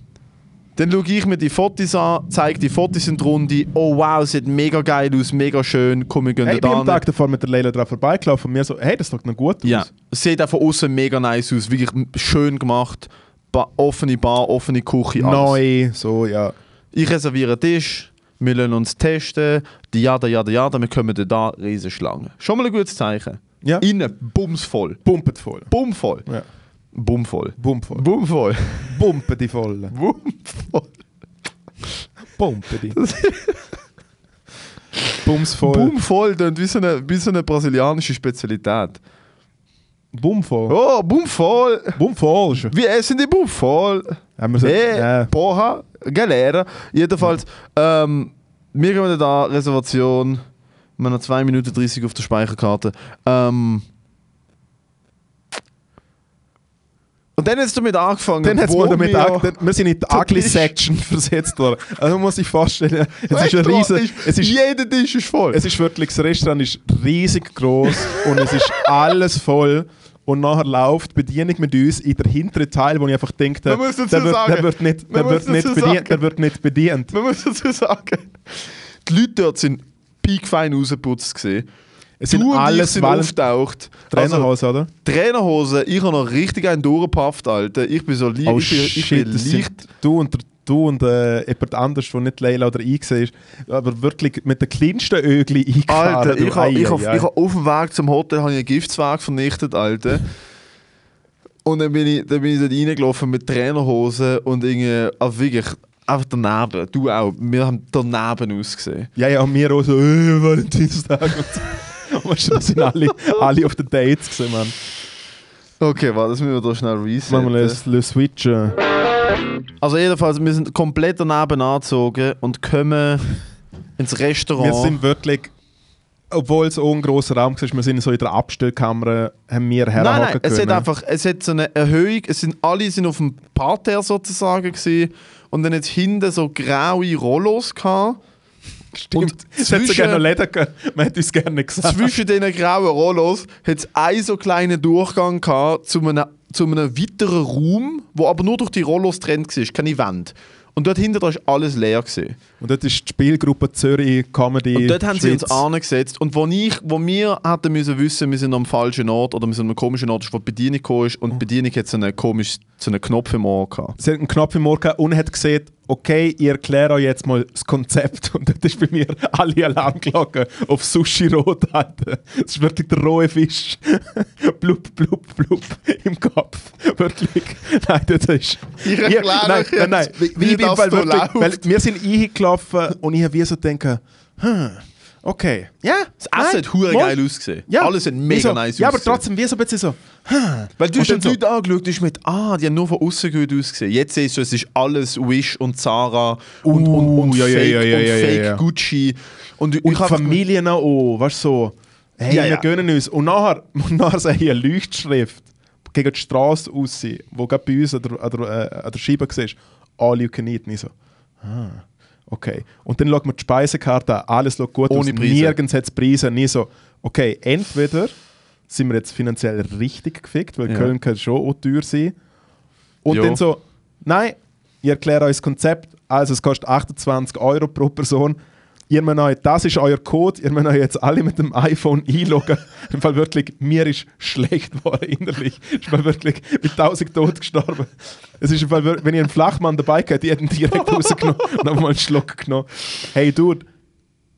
dann schaue ich mir die Fotos an, zeige die Fotos in die Runde. Oh wow, sieht mega geil aus, mega schön. Komm, wir gehen Hey, ich bin da am Tag davor mit der Leila dran vorbeigelaufen und mir so, hey, das sieht noch gut aus. ja. Es sieht auch von außen mega nice aus, wirklich m- schön gemacht. Ba offene Bar, offene Küche, alles. Neu, so, ja. Ich reserviere einen Tisch, wir lassen uns testen, die jada, jada, jada, wir kommen dann da, riesen Schlange. Schon mal ein gutes Zeichen. Ja. Innen, bumsvoll. Pumpet voll. Bumvoll. Ja. Bumvoll. Bump voll. Bumvoll. Pumpe die voll. Bumvoll. Pumpe die. Bums voll. Bumvoll klingt wie so eine, wie so eine brasilianische Spezialität. Bum voll. Oh, Bumvoll. Bum voll. schon. Wir essen die Bumvoll. Haben wir so- Hey, Ja. Porra, Äh, Galera. Jedenfalls, ähm, wir gehen da, Reservation. Wir haben noch 2 Minuten 30 auf der Speicherkarte. Ähm, und dann hast du damit angefangen. Dann hat es wo mal damit wir- angefangen. Wir sind in die Der Ugly Tisch. Section versetzt worden. Also man muss sich vorstellen, es Weißt ist du ein was? riesen, Ist- es ist, Jeder Tisch ist voll. es ist wirklich, das Restaurant ist riesig groß und es ist alles voll. Und nachher läuft die Bedienung mit uns in der hinteren Teil, wo ich einfach denke, der, Man muss dazu der, wird, sagen. der, wird, nicht, Man der, muss wird, nicht dazu sagen. bedient, der wird nicht bedient. Man muss dazu sagen, die Leute dort sind piekfein rausgeputzt gesehen. Es sind du und ich alles sind Also, Wahlen- auftaucht. Trainerhose, oder? Trainerhose, ich habe noch richtig einen durchgepafft, Alter. Ich bin so leicht. Oh ich bin, ich shit, bin das leicht. sind du und, der, du und äh, jemand anders, der nicht Leila oder ich war, aber wirklich mit den kleinsten Ögli eingefahren. Alter, du. ich habe ich hab, ich Ei, ei, ei. hab auf dem Weg zum Hotel hab ich einen Giftzwerg vernichtet, Alter. Und dann bin ich, dann bin ich dort reingelaufen mit Trainerhosen und irgendwie, also wirklich, einfach daneben. Du auch. Wir haben daneben ausgesehen. Ja, ja, und wir auch so, äh, Valentinstag und so. Weißt du, das sind alle, alle auf den Dates gewesen, Mann. Okay, warte, das müssen wir da schnell resetten. Machen wir das das switchen. Also jedenfalls, wir sind komplett daneben angezogen und kommen ins Wir Restaurant. sind wirklich, obwohl es auch ein grosser Raum war, wir sind so in der Abstellkammer, haben wir Nein, nein, herhocken es hat können. einfach es hat so eine Erhöhung, es sind, alle sind auf dem Parterre sozusagen gewesen, und dann hat hinten so graue Rollos gehabt. Stimmt. und Es hätte zwischen- sogar noch Läden können. Man hätte uns gerne nicht gesagt. Zwischen diesen grauen Rollos hat es einen so kleinen Durchgang gehabt zu einem, zu einem weiteren Raum, wo aber nur durch die Rollos getrennt war, keine Wand. Und dort hinten war alles leer. Gewesen. Und dort ist die Spielgruppe Zürich, Comedy, Und dort haben sie uns Schweiz. angesetzt. Und wo, ich, wo wir hatten müssen wissen, wir sind am falschen Ort oder wir sind an einem komischen Ort, ist, wo die Bedienung gekommen ist und die Bedienung hat so einen, komischen, so einen Knopf im Ohr gehabt. Sie hat einen Knopf im Ohr gehabt und hat gesehen, okay, ich erkläre euch jetzt mal das Konzept. Und dort ist bei mir alle Alarmglocken auf Sushi rot. Alter. Das ist wirklich der rohe Fisch. blub, blub, blub im Kopf. Wirklich. Nein, das ist. Ich erkläre Ja, euch jetzt, wie- wie ich bin das weil da wirklich, läuft. weil wir sind eingelaufen und ich habe wie so denken, hm, Okay. Ja. Das Essen nein, hat hure mal. geil ausgesehen. Ja. Alles hat mega Wieso? nice Ja, aber ausgesehen. trotzdem, wie so ein bisschen so. hm. Weil du Und hast dann die so- Leute angeschaut und hast mit, ah, die haben nur von außen gut ausgesehen. Jetzt siehst du, es ist alles Wish und Zara und, und, und Uh, ja, ja, Fake, ja, ja, und ja, Fake ja. Gucci. Und, Und ich die hab- Familien auch, oh, weißt du, so, hey, Ja, wir ja. gönnen uns. Und nachher, und nachher sehe ich eine Leuchtschrift gegen die Straße aussehen, die gerade bei uns an der, an der, äh, an der Scheibe siehst. All you can eat. Und ich so, ah, okay. Und dann schaut man die Speisekarte an, alles schaut gut Ohne aus, Preise. nirgends hat es Preise. Und ich so, okay, entweder sind wir jetzt finanziell richtig gefickt, weil Ja. Köln kann schon auch teuer sein. Und Jo. dann so, nein, ich erkläre euch das Konzept. Also es kostet 28 Euro pro Person. Ihr müsst euch, das ist euer Code, ihr müsst euch jetzt alle mit dem iPhone einloggen. Im Fall wirklich, mir ist schlecht geworden innerlich. Ich bin wirklich mit 1000 Toten gestorben. Es ist im Fall, wir- wenn ihr einen Flachmann dabei hättet, die hätten direkt rausgenommen und nochmal einen Schluck genommen. Hey, Dude.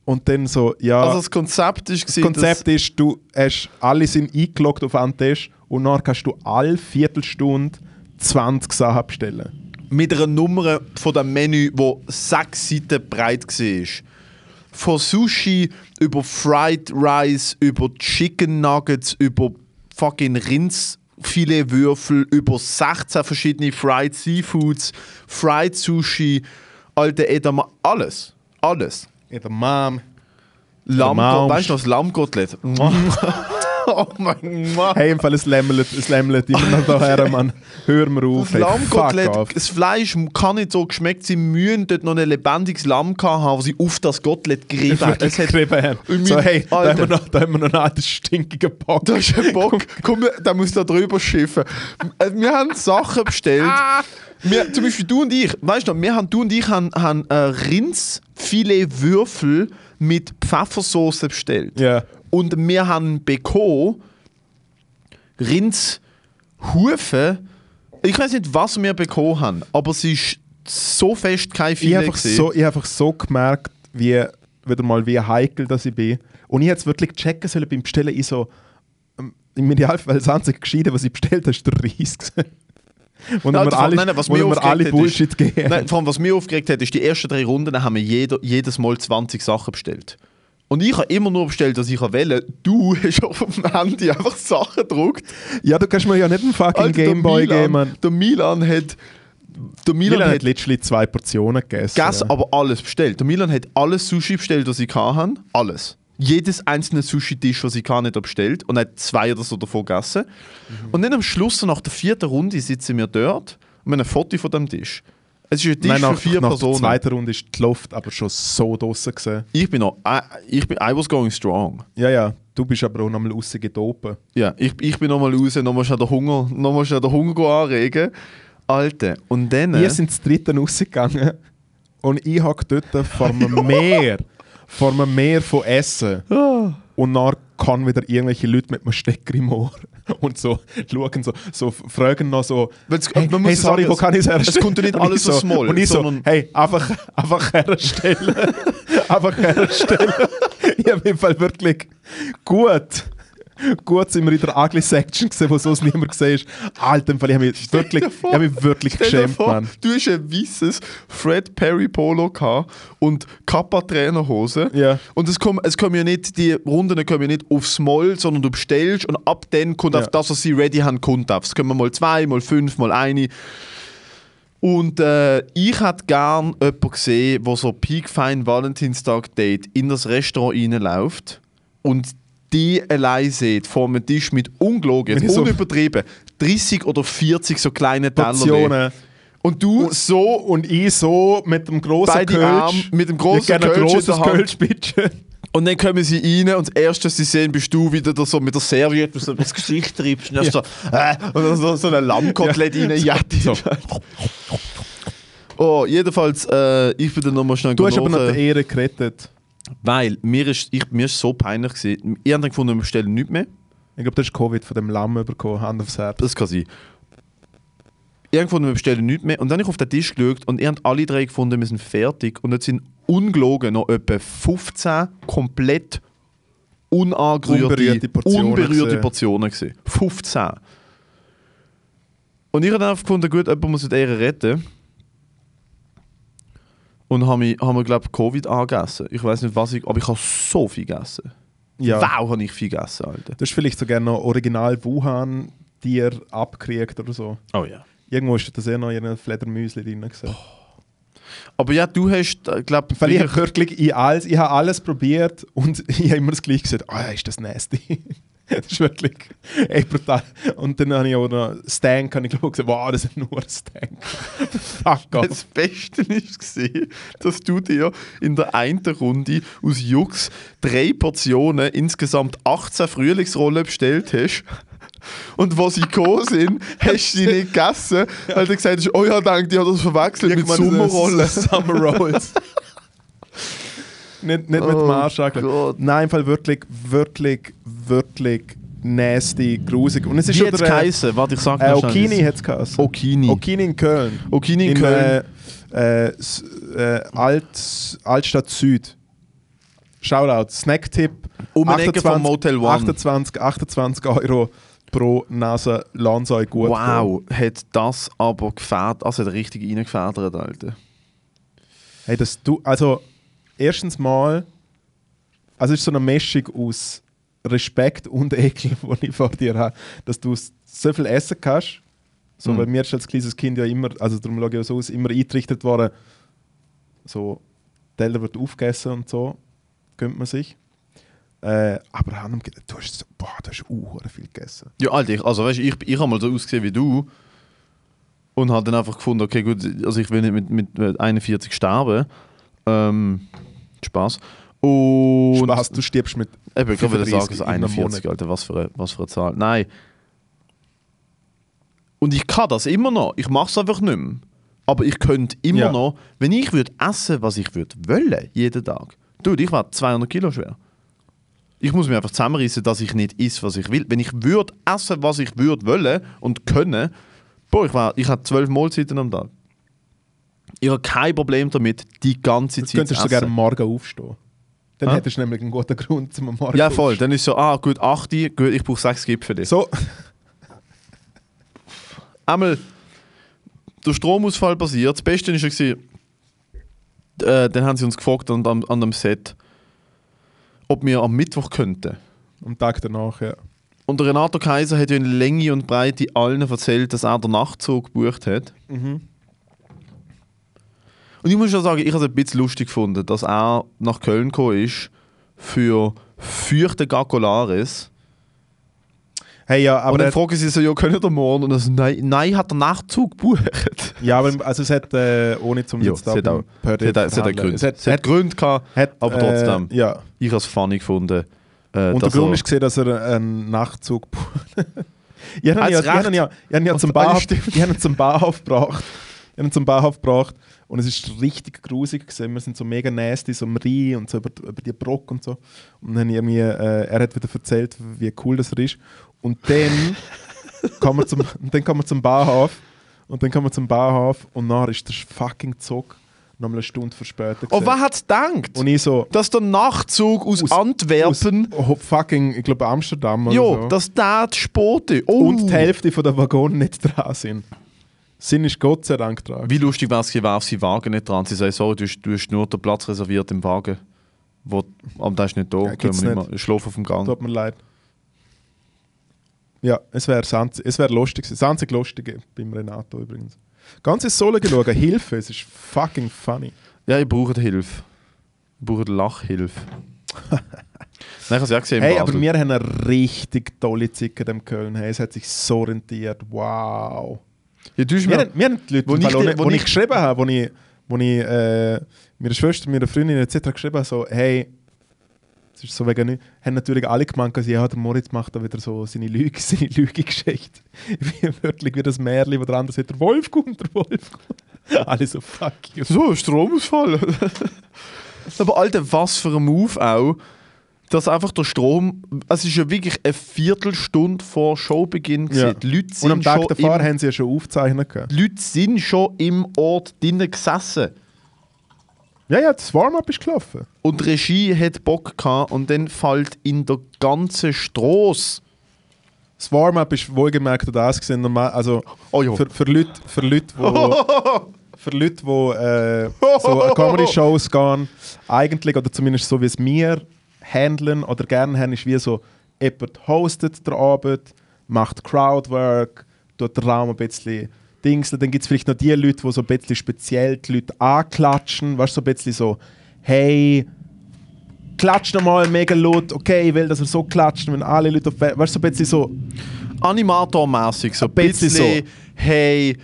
Und dann so, ja. Also das Konzept ist Das Konzept ist, du hast, alle sind eingeloggt auf einen Tisch und dann kannst du alle Viertelstunde 20 Sachen bestellen. dass mit einer Nummer von dem Menü, wo sechs Seiten breit war. Von Sushi über Fried Rice, über Chicken Nuggets, über fucking Rindsfiletwürfel, über 16 verschiedene Fried Seafoods, Fried Sushi, alte Edamame, alles. Alles. Ja, der Mom. Lammgottlet. Maus. Weißt du noch, das Lammgottlet? oh mein Gott. Hey, im Fall, es lämmelt, es lämmelt immer noch daher, Mann. Hör mir auf. Das hey, fuck off. Lammgottlet, das Fleisch kann nicht so geschmeckt. Sie müssen dort noch ein lebendiges Lamm gehabt haben, das sie auf das Gottlet Ich gerieben haben. wirklich Es hat geschrieben haben. Und So, mein- hey, da Alter. haben, wir noch, da haben wir noch einen alten stinkigen Bock. Da ist ein Bock. Komm, der muss da drüber schiffen. Äh, Wir haben Sachen bestellt. Ah. Wir, zum Beispiel du und ich, weißt du, noch, wir haben, du und ich haben, haben äh, Rindsfiletwürfel mit Pfeffersauce bestellt. Ja. Und wir haben bekommen Rindshufe. Ich weiß nicht, was wir bekommen haben, aber es ist so fest kein ich habe Filet. einfach, so, ich hab einfach so gemerkt, wie, wieder mal, wie heikel dass ich bin. Und ich hätte es wirklich checken sollen beim Bestellen. Ich so, ähm, im Idealfall das einzige Gescheite, was ich bestellt habe, ist der Reis. Und Nein, wir vor allem- alle, nein, nein, was wo mich wir aufgeregt alle hat, Bullshit ist, gegeben Nein, vor allem, was mich aufgeregt hat, ist, die ersten drei Runden dann haben wir jeder, jedes Mal 20 Sachen bestellt. Und ich habe immer nur bestellt, was ich wähle. Du hast auf dem Handy einfach Sachen gedruckt. Ja, du kannst mir ja nicht einen fucking Alter, der Gameboy Milan- geben. Mann. Der Milan hat. Der Milan, Milan hat hat letztlich zwei Portionen gegessen. gegessen, ja. aber alles bestellt. Der Milan hat alles Sushi bestellt, was sie hatten. Alles. Jedes einzelne Sushi-Tisch, was sie kann, hat er bestellt und hat zwei oder so davon gegessen. Mhm. Und dann am Schluss, so nach der vierten Runde, sitzen wir dort und haben ein Foto von dem Tisch. Es ist ein Tisch Nein, nach, für vier nach Personen. der zweiten Runde ist die Luft aber schon so draussen gewesen. Ich bin noch, I, ich bin, I was going strong. Ja, ja, du bist aber auch nochmal rausgetopen. Ja, ich, ich bin nochmal raus, nochmal schnell den Hunger, nochmal schnell den Hunger go anregen. Alter, und dann... Wir sind zum dritten rausgegangen und ich hocke dort vor einem Meer, vor einem Meer von Essen. Und dann kann wieder irgendwelche Leute mit einem Stecker im Ohr und so schauen, so, so fragen noch so, Weil es- hey, man muss hey es sorry, wo anders- kann ich es herstellen? es kommt ja nicht Und ich alles so aus Small, Und ich so, sondern- hey, einfach, einfach herstellen. einfach herstellen. ich habe im Fall wirklich gut. Gut sind wir in der Ugly Section gesehen, wo sonst niemand gesehen ist. Alter, im Fall, ich habe mich wirklich, dir vor, ich hab mich wirklich Stell dir geschämt, vor, Mann. Du hast ein weißes Fred Perry Polo gehabt und Kappa Trainerhose. Ja. Und es kommen, es kommen ja nicht, die Runden kommen ja nicht aufs Moll, sondern du bestellst und ab dann kommt Ja. auf das, was sie ready haben, kommt auf. Es kommen mal zwei, mal fünf, mal eine. Und äh, ich hätte gern jemanden gesehen, der so Peak Fine Valentinstag Date in das Restaurant reinläuft und die allein sieht vor einem Tisch mit ungelogen, Mit so- unübertrieben, 30 oder 40 so kleine Tellerchen. Portionen. Und du so Und ich so mit dem großen Beide Arme Kölsch. mit dem grossen Ich gerne ein Kölsch in grosses der Hand. Kölsch, bitte. und dann kommen sie rein und das erste, was sie sehen, bist du wieder da so mit der Serviette, so das Gesicht triebst und, dann so, äh, und dann so, so ein Lammkotelett rein. Ja, Oh, jedenfalls, äh, ich bin dann nochmal schnell Du hast aber nachschauen. noch die Ehre gerettet. Weil mir ist, ich, mir ist so peinlich gewesen. Ich habe gefunden, wir bestellen nichts mehr. Ich glaube, das ist Covid von dem Lamm überkommen, Hand aufs Herz. Das kann sein. Ich habe gefunden, wir bestellen nichts mehr. Und dann habe ich auf den Tisch geschaut und ihr habt alle drei gefunden, wir sind fertig. Und jetzt sind ungelogen noch etwa 15 komplett unangerührte, Unberührte Portionen unberührte gewesen. Portionen gewesen. 15. Und ich habe dann einfach gefunden, gut, jemand muss die Ehre retten. und haben wir, haben wir glaube Covid angegessen. Ich weiß nicht, was ich, aber ich habe so viel gegessen. Ja. Wow, habe ich viel gegessen, Alter. Du hast vielleicht sogar noch original Wuhan-Tier abgekriegt oder so. Oh ja. Irgendwo ist das eh noch in einem Fledermäuschen drin. gewesen. Aber ja, du hast, äh, glaube Weil ich habe wirklich ich alles, ich habe alles probiert und ich habe immer das Gleiche gesagt, ah, ist das nasty. das ist wirklich echt brutal. Und dann habe ich auch noch Stank, habe ich glaube gesagt, wow, das ist nur ein Stank. Fuck off. Das Beste ist gesehen, dass du dir in der einen Runde aus Jux drei Portionen insgesamt 18 Frühlingsrollen bestellt hast. Und wo sie gekommen sind, hast du sie nicht gegessen, weil du gesagt hast, oh ja, danke, die hat das verwechselt mit Sommerrollen. Summer Rolls. nicht nicht mit Oh Marschackeln. Gott. Nein, im Fall wirklich, wirklich, wirklich nasty, grusig. Und es ist Wie hat es der, äh, geheißen? Warte, ich sag Äh, noch schnell. Okini hat es geheißen. Okini. Okini in Köln. Okini in in Köln. Äh, äh, S- äh, Alt, Altstadt Süd. Shoutout, Snacktipp. Um eine Ecke vom Motel One. 28, 28 Euro pro Nase Lansoi gut. Wow, hat das aber gefährdet, also hat richtig reingefädert, Alter. Hey, dass du, also erstens mal, also es ist so eine Mischung aus Respekt und Ekel, die ich vor dir habe, dass du s- so viel essen kannst. So, Mhm. weil mir ist als kleines Kind ja immer, also darum schaue ich auch so aus, immer eingerichtet worden, so Teller wird aufgegessen und so, gönnt man sich. Äh, aber Hannum, du hast, so- boah, du hast uh, viel gegessen. Ja, Alter, ich, also weißt du, ich, ich habe mal so ausgesehen wie du und habe dann einfach gefunden, okay, gut, also ich will nicht mit, mit- mit 41 sterben. Ähm, Spaß. Und. Und Spaß, du stirbst mit Eben, ich würde 35 sagen, so in einem 41, Monat. Alter, was für, eine, was für eine Zahl. Nein. Und ich kann das immer noch. Ich mache es einfach nicht mehr. Aber ich könnte immer Ja. noch, wenn ich würde essen, was ich würde wollen, jeden Tag. Dude, ich war 200 Kilo schwer. Ich muss mir einfach zusammenreißen, dass ich nicht esse, was ich will. Wenn ich würde essen, was ich würde wollen und können, boah, ich, war, ich hatte zwölf Mahlzeiten am Tag. Ich habe kein Problem damit, die ganze Jetzt Zeit könntest du sogar am Morgen aufstehen. Dann Hä? hättest du nämlich einen guten Grund zum am Morgen Ja, voll. aufstehen. Dann ist so, ah, gut, 8, gut, ich brauche 6 Gipfel. So, einmal der Stromausfall passiert. Das Beste war, gewesen, äh, dann haben sie uns gefragt an, an, an dem Set, ob wir am Mittwoch könnten. am Tag danach, ja. Und der Renato Kaiser hat ja in Länge und Breite allen erzählt, dass er den Nachtzug gebucht hat. Und ich muss schon sagen, ich habe es ein bisschen lustig gefunden, dass er nach Köln gekommen ist für fürchte Gacolaris. Hey, ja, Aber und aber, dann fragen sie so, ja, können wir morgen? Und er so, nein, nein, hat der Nachtzug gebucht. ja, aber also es hat, äh, ohne zum Ja, jetzt es hat auch, per es hat, auch- es hat auch verhandeln. Gründe. Es hat, Es hat Gründe gehabt, hat, aber äh, trotzdem. Ja. Ich habe es funny gefunden. Äh, Und der dass Grund er- ist gesehen, dass er einen Nachtzug. ich habe ihn ja, Als ich habe ihn ja, ich habe ihn ja Und- zum ah, ja, Bahnhof, stimmt. ich habe ihn zum Bahnhof gebracht. Ich habe ihn zum Bahnhof gebracht und es ist richtig grusig gesehen. Wir sind so mega nasty, so am Rhein und so über, über die Brocke und so. Und dann haben wir, äh, er hat wieder erzählt, wie cool das er ist. Und dann kommen wir zum, und dann kommen wir zum Bahnhof und dann kommen wir zum Bahnhof und nachher ist der fucking Zug noch mal eine Stunde verspätet. Oh, gewesen. was hat es gedacht? Und ich so Dass der Nachtzug aus, Aus- aus, Antwerpen, oh, fucking, ich glaube Amsterdam oder jo, so. dass der Also. die Spote. Oh. und die Hälfte von der Waggon nicht dran sind. Sind ist Gott sei Dank dran. Wie lustig wäre es gewesen, wäre auf seinen Wagen nicht dran. Sie sagen, sorry, du hast, du hast nur den Platz reserviert im Wagen. Wo, aber der ist nicht da. Ja, gibt's können wir nicht. Mehr, schlafen auf dem Gang. Tut mir leid. Ja, es wäre es wär lustig. gewesen. Das einzige Lustige beim Renato übrigens. Ganze Solo geschaut, Hilfe, es ist fucking funny. Ja, ihr braucht Hilfe. Ihr braucht Lachhilfe. Nein, ich habe es ja gesehen. in Hey, aber Basel. wir haben eine richtig tolle Zeit in dem Köln. Hey, es hat sich so rentiert. Wow. ja, du hast Wir, mir, haben, wir haben die Leute, Wo im ich Fall auch die- nicht- wo wo ich ich- geschrieben habe, wo ich, wo ich äh, meiner Schwester, meiner Freundin etc. geschrieben habe, so, hey, das ist so wegen nichts, haben natürlich alle gemeint, dass, ja, der Moritz macht da wieder so seine Lüge, seine Lüge-Geschichte. Wie wirklich wie das Märchen, wo der andere sagt, der Wolf kommt, der Wolf kommt. Alle so, fuck you. So, Stromausfall. Aber Alter, was für ein Move auch, dass einfach der Strom. Es ist ja wirklich eine Viertelstunde vor Showbeginn. gewesen. Ja. Die Leute sind Und am Tag schon davor im, haben sie ja schon aufzeichnen können. die Leute sind schon im Ort drinnen gesessen. Ja, ja, das Warm-up ist gelaufen. Und die Regie hat Bock gehabt und dann fällt in der ganzen Straße. Das Warm-up ist wohlgemerkt auch das gesehen, normal, also Oh ja. für, für Leute, für Leute, wo, Oh, für Leute, die äh, so an Comedy-Shows gehen, eigentlich, oder zumindest so wie es wir handeln oder gerne haben, ist wie so, jemand hostet den Abend, macht Crowdwork, tut den Raum ein bisschen dingseln. Dann gibt es vielleicht noch die Leute, die so ein bisschen speziell die Leute anklatschen, weißt du, so ein bisschen so, hey, klatsch nochmal mega laut, okay, ich will, dass er so klatscht, wenn alle Leute auf, weißt du, so ein bisschen so, Animatormäßig, so ein Ein bisschen bisschen, hey,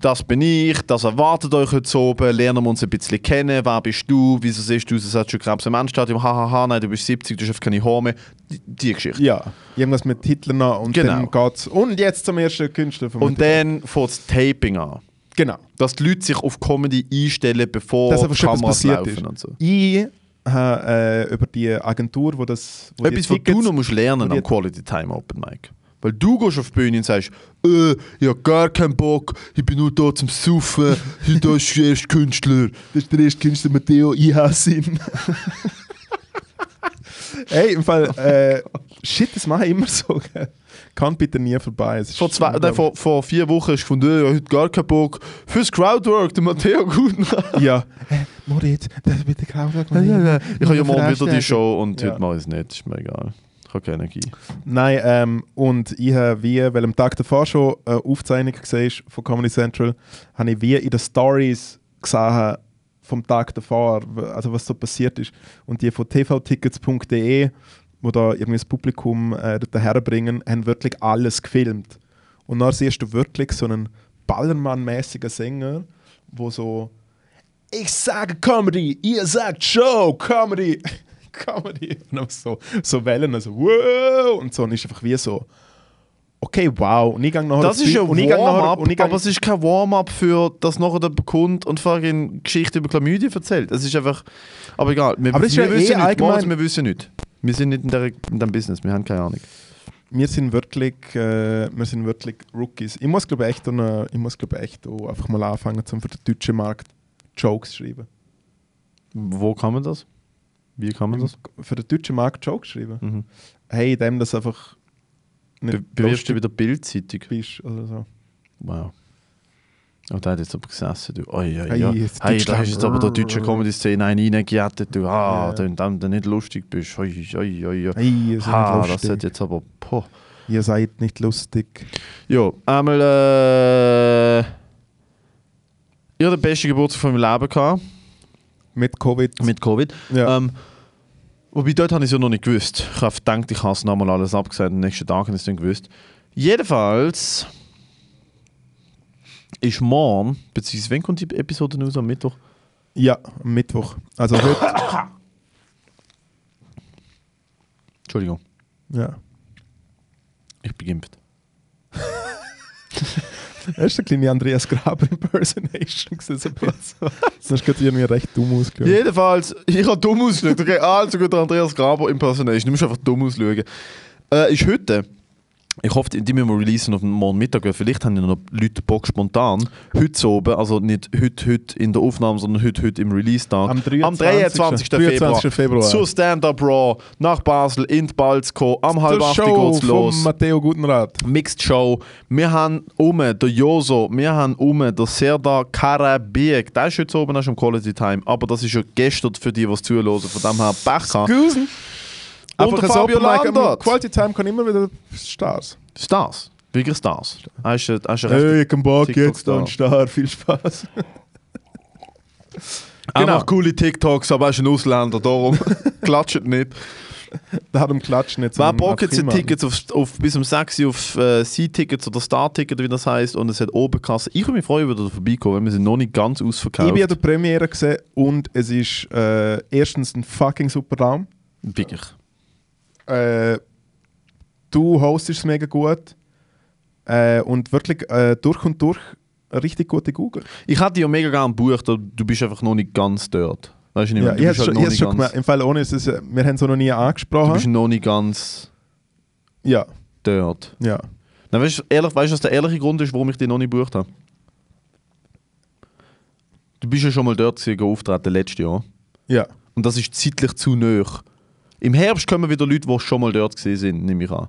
das bin ich, das erwartet euch heute oben, lernen wir uns ein bisschen kennen, wer bist du, wieso siehst du aus, als hättest du Krebs im Endstadium, hahaha, nein, du bist 70, du schaffst keine Horme, die, die Geschichte. ja, irgendwas mit Hitler noch und Genau. dann geht's. Und jetzt zum ersten Künstler vom Und dann fängt das Taping an. Genau. Dass die Leute sich auf Comedy einstellen, bevor Dass einfach die schon Kameras etwas passiert laufen ist. und so. Ich habe äh, über die Agentur, wo das. Wo die Etwas, was du Tickets- noch musst lernen die- am Quality Time Open Mic. Weil du gehst auf die Bühne und sagst, äh, ich hab gar keinen Bock, ich bin nur da zum Saufen, hier da ist der erste Künstler. Das ist der erste Künstler Matteo Ihassin. Ey, im Fall. Äh, shit, das mache ich immer so. gell. Kann bitte nie vorbei. Es ist Vor, zwei, nein, unglaublich. vor, vor vier Wochen hast du gefunden, äh, ich hab heute gar keinen Bock. Fürs Crowdwork, der Matteo Gutner. Ja. Äh, Moritz, das bitte Kraftwerk. ich habe ja morgen wieder die Show und Ja. heute mache ich es nicht, ist mir egal. Ich habe keine Energie. Nein, ähm, und ich habe wie, weil am Tag davor schon eine Aufzeichnung gesehen ist von Comedy Central, habe ich wie in den Stories gesehen vom Tag davor, w- also was so passiert ist. Und die von tvtickets.de, wo da irgendwie das Publikum äh, dort herbringen, haben wirklich alles gefilmt. Und dann siehst du wirklich so einen Ballermann-mäßigen Sänger, wo so ich sage Comedy, ihr sagt Show, Comedy, Comedy. Und dann so, so Wellen, also wow, und so. Und ist einfach wie so, okay, wow. Und ich gehe nachher Das auf ist die- ein und ich gehe nachher- Warm-up, und ich gehe- aber es ist kein Warm-up für das nachher der kommt und fucking Geschichte über Chlamydien erzählt. Es ist einfach, aber egal, wir, Aber es ist wir ja eh wissen nicht, allgemein- Moritz, wir wissen nicht. Wir sind nicht in, der, in dem Business, wir haben keine Ahnung. wir sind wirklich, äh, wir sind wirklich Rookies. Ich muss glaube echt, und, äh, ich muss glaube echt auch einfach mal anfangen, zum für den deutschen Markt Jokes zu schreiben. Wo kann man das? Wie kann man das? Also, Für den deutschen Markt Jokes schreiben. Mhm. Hey, dem das einfach Be nicht bewirbst du lustig wieder Bild-Zeitung? bist oder so. Wow. Oh, der hat jetzt aber gesessen, du. Oi, oi, Hey, oi. jetzt hey da Deutschland. ist jetzt aber der deutsche Comedy-Szene einen reingejettet, du. Ah, Ja. dann, dann, dann nicht lustig bist. Oi, oi, oi, oi. Hey, ihr seid Ha, nicht das lustig. hat jetzt aber... Poh. Ihr seid nicht lustig. Ja, einmal. Äh, ich hatte den besten Geburtstag von meinem Leben gehabt, Mit Covid. mit Covid. ja. Ähm, wobei dort habe ich es ja noch nicht gewusst. Ich habe gedacht, ich habe es nochmal alles abgesagt am nächsten Tag habe ich es dann gewusst. Jedenfalls ist morgen, beziehungsweise wann kommt die Episode raus am Mittwoch? ja, am Mittwoch. Also heute. Entschuldigung, ja. ich bin geimpft. Das ist eine kleine Andreas Graber Impersonation. gewesen, so ein bisschen. Das ist gerade irgendwie recht dumm ausgehört. Jedenfalls, ich habe dumm ausgeschaut. Okay, also gut, Andreas Graber Impersonation. Du musst einfach dumm ausschauen. Äh, ist heute. Ich hoffe, die die müssen wir releasen auf morgen Mittag. weil Vielleicht haben ja noch Leute Bock spontan. Heute oben, also nicht heute, heute in der Aufnahme, sondern heute, heute im Release-Tag. Am 23. 23. Februar. 23. Februar. Zur Stand-Up Raw nach Basel in die Balz kommen. Am halb Zur acht Show geht's los. von Matteo Gutenrat. Mixed Show. Wir haben um den Joso, wir haben um den Serdar Karabik. Der ist heute oben auch schon im Quality Time, aber das ist ja gestern für die, die es zuhören. Von dem her Pech gehabt. Gusen. Und der Fabio Landert. Quality Time kann immer wieder Stars. Stars. Wirklich Stars. Er ist, ein- er ist ein rechter- Hey, ich hab Bock TikTok jetzt da ein Star. Viel Spaß. Er genau. macht coole TikToks, aber er ist ein Ausländer, darum klatscht nicht. Darum klatschen jetzt. Wer am- am Bock jetzt die Filmabend. Tickets auf, auf, bis um 6 Uhr auf äh, Sea-Tickets oder Star-Ticket, wie das heißt, und es hat oben Kasse. Ich würde mich freuen, wenn ihr da vorbeikommt, weil wir sind noch nicht ganz Ich ausverkauft. bin an der Premiere gesehen und es ist äh, erstens ein fucking super Raum. Wirklich. äh, du hostest es mega gut äh, und wirklich äh, durch und durch eine richtig gute Google. Ich hätte dich ja mega gerne gebucht, aber du bist einfach noch nicht ganz dort. Weißt du nicht, Ja, du ich bist halt habe schon, noch ich hab's nicht schon ganz- gemerkt. Im Fall ohne, es ist, äh, wir haben es auch noch nie Du bist angesprochen. noch nicht ganz Ja, dort. ja. Nein, weißt, du, ehrlich, weißt du, was der ehrliche Grund ist, warum ich dich noch nicht gebucht habe? Du bist ja schon mal dort gewesen, auftreten letztes Jahr. Ja, Und das ist zeitlich zu nöch. Im Herbst kommen wieder Leute, die schon mal dort gewesen sind, nehme ich an.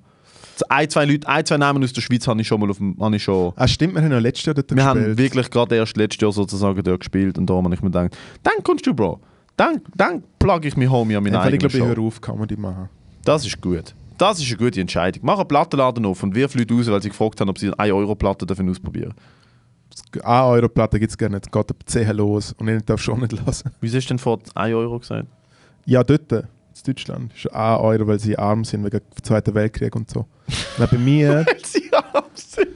ein, zwei Leute, ein, zwei Namen aus der Schweiz habe ich schon mal auf dem, habe ich schon Ah, stimmt, wir haben ja letztes Jahr dort wir gespielt. haben wirklich gerade erst letztes Jahr sozusagen dort gespielt und da habe ich mir gedacht, dann kommst du, Bro. Dann, dann plug ich mich Homie an meinen Ja, weil ich eigenen glaube, ich Show. höre auf, Comedy machen. Das ist gut. Das ist eine gute Entscheidung. Mach einen Plattenladen auf und wirf Leute raus, weil sie gefragt haben, ob sie eine 1-Euro-Platte dürfen ausprobieren dürfen. Ah, eure Platte gibt es gar nicht. Geht ab 10 los und ich darf schon nicht lassen. Wieso hast du denn vor 1 Euro gesagt? Ja, dort, in Deutschland, ist ah, eure, weil sie arm sind wegen dem Zweiten Weltkrieg und so. Nein, bei mir, sie arm sind.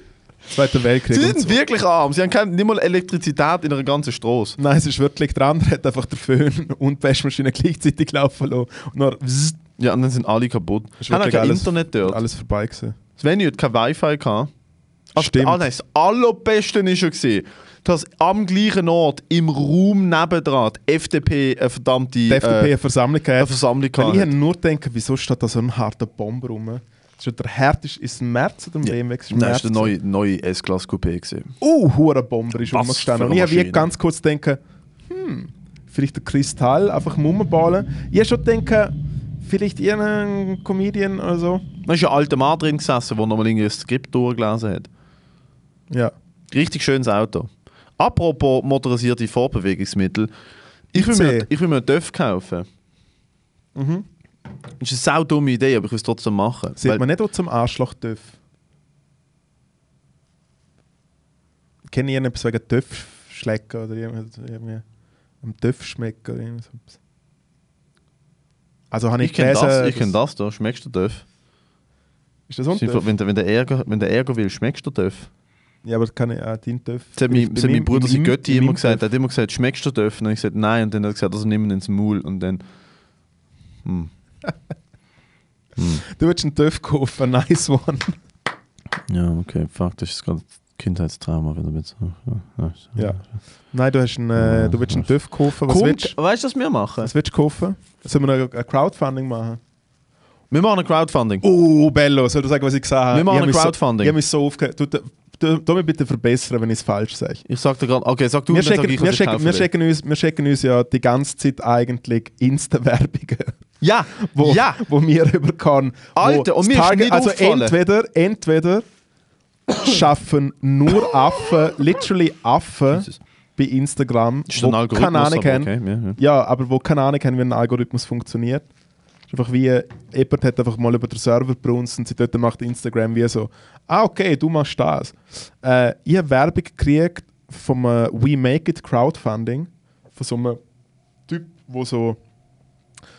Zweiter Weltkrieg Sie und sind so. wirklich arm. Sie haben kein, nicht mal Elektrizität in einer ganzen Straße. Nein, es ist wirklich, der andere hat einfach den Föhn und die Waschmaschine gleichzeitig laufen lassen. Und dann wzzzt, Ja, und dann sind alle kaputt. Ist Haben auch wirklich kein alles- Internet dort. alles vorbei gewesen. Svenny hat kein Wi-Fi gehabt. Also, Stimmt. Ah, nein, das Allerbeste war schon, gewesen, dass am gleichen Ort, im Raum nebendran, die FDP eine verdammte Die FDP äh, eine Versammlung eine gehabt. Versammlung Weil ich habe hatte. nur gedacht, wieso steht da so ein harter Bomber rum? Das ist ja der härteste, ist es März oder im Ja. BMW? Ist es Nein, das März? war der neue, neue S-Class Coupé. Gewesen. Uh, hure Bomber ist Was rumgestanden. für Und ich habe Maschine. wie ganz kurz denken, hm, vielleicht der Kristall, einfach Mummenballen. Ich habe schon denken, vielleicht irgendein Comedian oder so. Da ist ein alter Mann drin gesessen, der nochmal irgendwie ein Skript durchgelesen hat. Ja. Richtig schönes Auto. Apropos motorisierte Vorbewegungsmittel. Ich will, mir, Erzähl. ich will mir einen Döff kaufen. Mhm. Das ist eine sau dumme Idee, aber ich will es trotzdem machen. Sieht Weil- man nicht, wo zum Arschloch TÜV. Kenne ich irgendetwas wegen TÜV schlecken oder irgendwie- irgendwie am TÜV schmecken oder irgendwie so. Also habe ich, ich kenne gelesen, das, ich kenn dass- das da. Schmeckst du Döff? Ist das unten? Wenn, der- wenn, der Ärger, wenn der Ärger will, schmeckst du Döff? Ja, aber kann ich auch dein TÜV. Das hat mein, Bei das hat meinem- mein Bruder, in sein meinem- Götti, in immer meinem gesagt. Er hat immer gesagt, schmeckst du Döff? Und dann habe ich gesagt, nein. Und dann hat er gesagt, also nimm ihn ins Maul. Und dann... Hm. TÜV. Du willst einen TÜV kaufen, nice one. Ja, okay, fuck, das ist gerade Kindheitstrauma, wenn du jetzt... Ja. Nein, du, hast einen, äh, du willst einen TÜV kaufen. Was willst, Kommt, weißt du, was wir machen? was willst du kaufen? Sollen wir ein ein Crowdfunding machen? Wir machen ein Crowdfunding. Oh, Bello, soll du sagen, was ich gesagt habe? Wir machen Ich hab ein mich Crowdfunding. So, ich habe mich so aufgehört. Du, du, du, tu mich bitte verbessern, wenn ich es falsch sage. Ich sag dir gerade, okay, sag du, Wir und dann sag schicken, ich, wir, was ich schicken, kaufen wir, will. schicken uns, wir schicken uns ja die ganze Zeit eigentlich Insta-Werbungen, Ja, wo, ja, wo wir über kann. wo Alter, und das mir ist Target- nicht Also aufgefallen. entweder, entweder schaffen nur Affen, literally Affen Jesus. bei Instagram, ist wo ein Algorithmus. keine Ahnung aber haben, okay, ja, ja. Ja, aber wo keine Ahnung haben, wie ein Algorithmus funktioniert. Ist einfach wie, äh, jemand hat einfach mal über den Server brunst und sie dort macht Instagram wie so, ah okay, du machst das. Äh, ich habe Werbung gekriegt vom äh, We Make It Crowdfunding, von so einem Typ, wo so,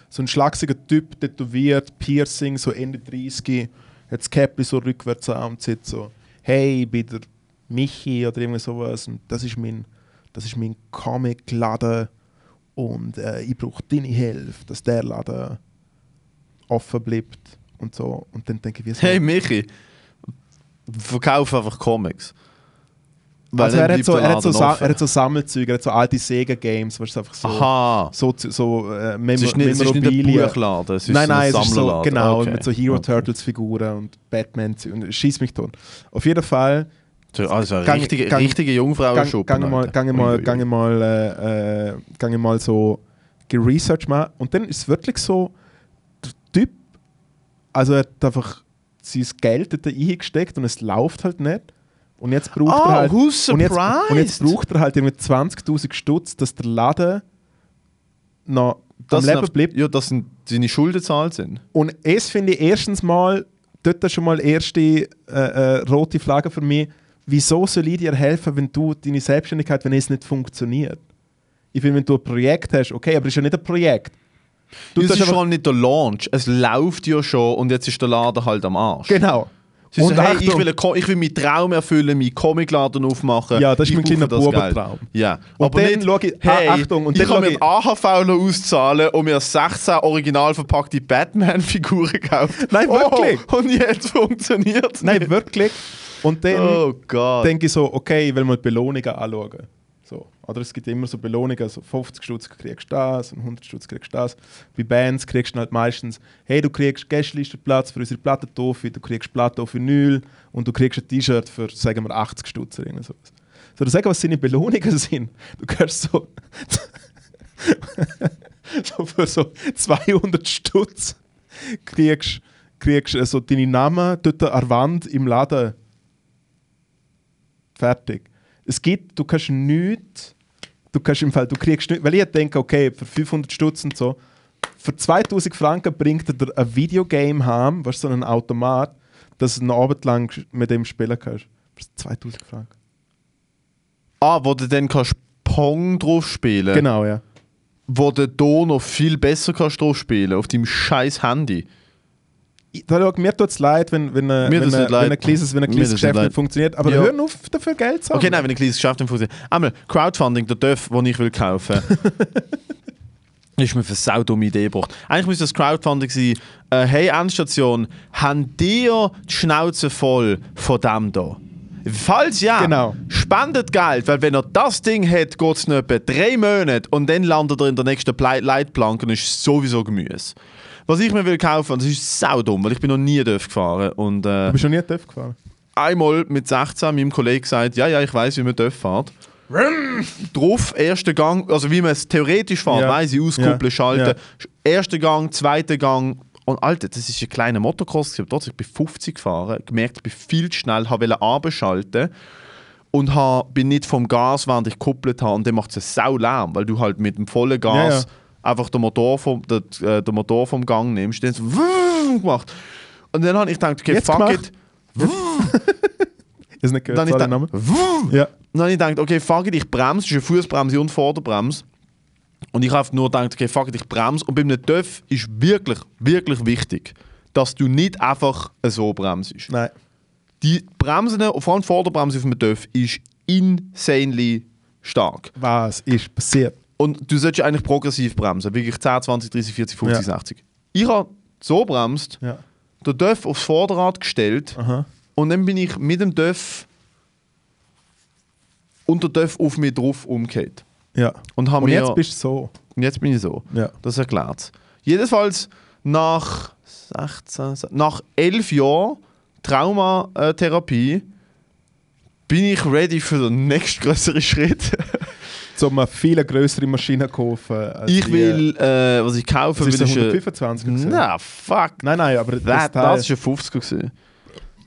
so ein schlagsiger Typ, tätowiert, Piercing, so Ende 30, hat das Käppli so rückwärts an und sagt so, hey, ich bin der Michi oder irgendwie sowas und das ist mein, das ist mein Comic-Laden und äh, ich brauche deine Hilfe, dass der Laden offen bleibt und so. Und dann denke ich, wie so, Hey Michi, verkauf einfach Comics. Weil also dann er hat, bleibt so, der er, hat so Laden Sa- offen. er hat so Sammelzüge, er hat so alte Sega-Games, was einfach so, Aha. so, so, so äh, Mem Es ist nicht, es ist nicht ein Memorabilia. Buchladen, es ist Nein, so ein nein, es ist so, Sammlerladen. genau, okay. mit so Hero Okay. Turtles Figuren und Batman und schieß mich tot. Auf jeden Fall Also eine Gang- richtige, Gang- richtige Jungfrauenschuppen. Gang, gang mal, Alter. gang mal, Uiuiui. gang mal, äh, äh, gang mal so geresearch machen. Und dann ist es wirklich so, der Typ, also er hat einfach sein Geld dort eingesteckt und es läuft halt nicht. Und jetzt braucht Oh, er halt. who's und, jetzt, und jetzt surprised? braucht er halt irgendwie 20.000 Stutz, dass der Laden noch Das am sind Leben auf- bleibt. Ja, dass sind- seine Schulden zahlt sind. Und es finde ich erstens mal, dort schon mal erste äh, äh, rote Flagge für mich. Wieso soll ich dir helfen, wenn du deine Selbstständigkeit, wenn es nicht funktioniert? Ich finde, wenn du ein Projekt hast, okay, aber es ist ja nicht ein Projekt. Du Das tust ist einfach, schon nicht der Launch. Es läuft ja schon und jetzt ist der Laden halt am Arsch. genau. Sie und so, hey, Achtung, ich will, einen Co- ich will meinen Traum erfüllen, meinen Comicladen aufmachen. Ja, das ist ich mein brauche kleiner das Bubentraum. Geld. Ja. Und Aber dann nicht, schau ich- hey, Ah, Achtung, und ich dann kann schau mir ich- die AHV auszahlen und mir 16 original verpackte Batman-Figuren kaufen. Nein, wirklich. Oh, und jetzt funktioniert es Nein, wirklich. Und dann Oh Gott. denke ich so, okay, ich will mal die Belohnungen anschauen. So. Oder es gibt immer so Belohnungen, so 50 Stutz kriegst du das und 100 Stutz kriegst du das. Bei Bands kriegst du halt meistens, hey, du kriegst Gästelistenplatz für unsere Plattentoffe, du kriegst Platte auf Vinyl und du kriegst ein T-Shirt für, sagen wir, 80 Stutz oder irgend sowas. Soll ich sagen, was seine Belohnungen sind? Du kriegst so, so für so 200 Stutz kriegst kriegst du also deinen Namen dort an der Wand im Laden. Fertig. Es gibt, du kannst nichts, du kannst im Fall, du kriegst nichts, weil ich denke, okay, für 500 Stutz und so, für 2000 Franken bringt er dir ein Videogame heim, weißt du, so einen Automat, dass du einen Abend lang mit dem spielen kannst. Für 2000 Franken. Ah, wo du dann kannst Pong drauf spielen Genau, ja. Wo du da noch viel besser kannst drauf spielen auf deinem scheiß Handy. Ich- Da, schau, mir tut es leid, wenn, wenn, ein- Mir wenn, tut's ein- nicht leid. wenn ein kleines, wenn ein Mir kleines tut's nicht Geschäft leid. nicht funktioniert. Aber Ja. hör auf, dafür Geld zu haben. Okay, nein, wenn ein kleines Geschäft im Fuß Einmal, Ah, Crowdfunding, der Dörf, den ich will kaufen ist mir für eine saudumme Idee gebracht. Eigentlich müsste das Crowdfunding sein, äh, hey Endstation, habt ihr die Schnauze voll von dem da? Falls ja, Genau. spendet Geld, weil wenn er das Ding hat, geht es etwa drei Monate und dann landet er in der nächsten Ple- Leitplanke und ist sowieso Gemüse. Was ich mir will kaufen, und das ist saudumm, weil ich bin noch nie Dörf gefahren und... Äh, Du bist noch nie TÜV gefahren. einmal mit 16 meinem Kollegen gesagt, ja, ja, ich weiß, wie man dort fährt. Drauf, erster Gang, also wie man es theoretisch fährt, Ja. weiss ich, auskuppeln, Ja. schalten. Erster Gang, zweiter Gang. Und Alter, das ist ein kleiner Motocross. Ich habe ich bin 50 gefahren, gemerkt, ich bin viel zu schnell, habe abschalten und hab, bin nicht vom Gas, während ich gekuppelt habe. Und dann macht es sau Lärm, weil du halt mit dem vollen Gas Ja, ja. einfach den Motor, vom, den, äh, den Motor vom Gang nimmst. Dann hat's wuh gemacht. Und dann habe ich gedacht, okay, Jetzt fuck gemacht? it. Ist nicht Dann habe gehört, ich sorry, gedacht, Name. wuh, Ja. dann habe ich gedacht, okay, fuck it, ich bremse. Es ist eine Fußbremse und Vorderbremse. Und ich habe nur gedacht, okay, fuck it, ich bremse. Und bei einem TÜV ist wirklich, wirklich wichtig, dass du nicht einfach so bremst. Nein. Die Bremsen, und vor allem die Vorderbremse auf dem TÜV, ist insanely stark. Was ist passiert? Und du solltest eigentlich progressiv bremsen. Wirklich 10, 20, 30, 40, 50, 60. Ich habe so bremst, Ja. den TÜV aufs Vorderrad gestellt. Aha. Und dann bin ich mit dem Döff und der Döff auf mich drauf umgekehrt. Ja. Und, haben Und mir, jetzt bist du so. und jetzt bin ich so. Ja. Das erklärt's. Jedenfalls nach 16, se- nach 11 Jahren Traumatherapie bin ich ready für den nächstgrößeren Schritt. Zum eine viel größere Maschine kaufen. als Ich die- will, äh, was ich kaufe, Das ist will der ich... äh, 125 gewesen? Na, fuck. Nein, nein, aber Das, Teil- das ist ein 50er. gewesen.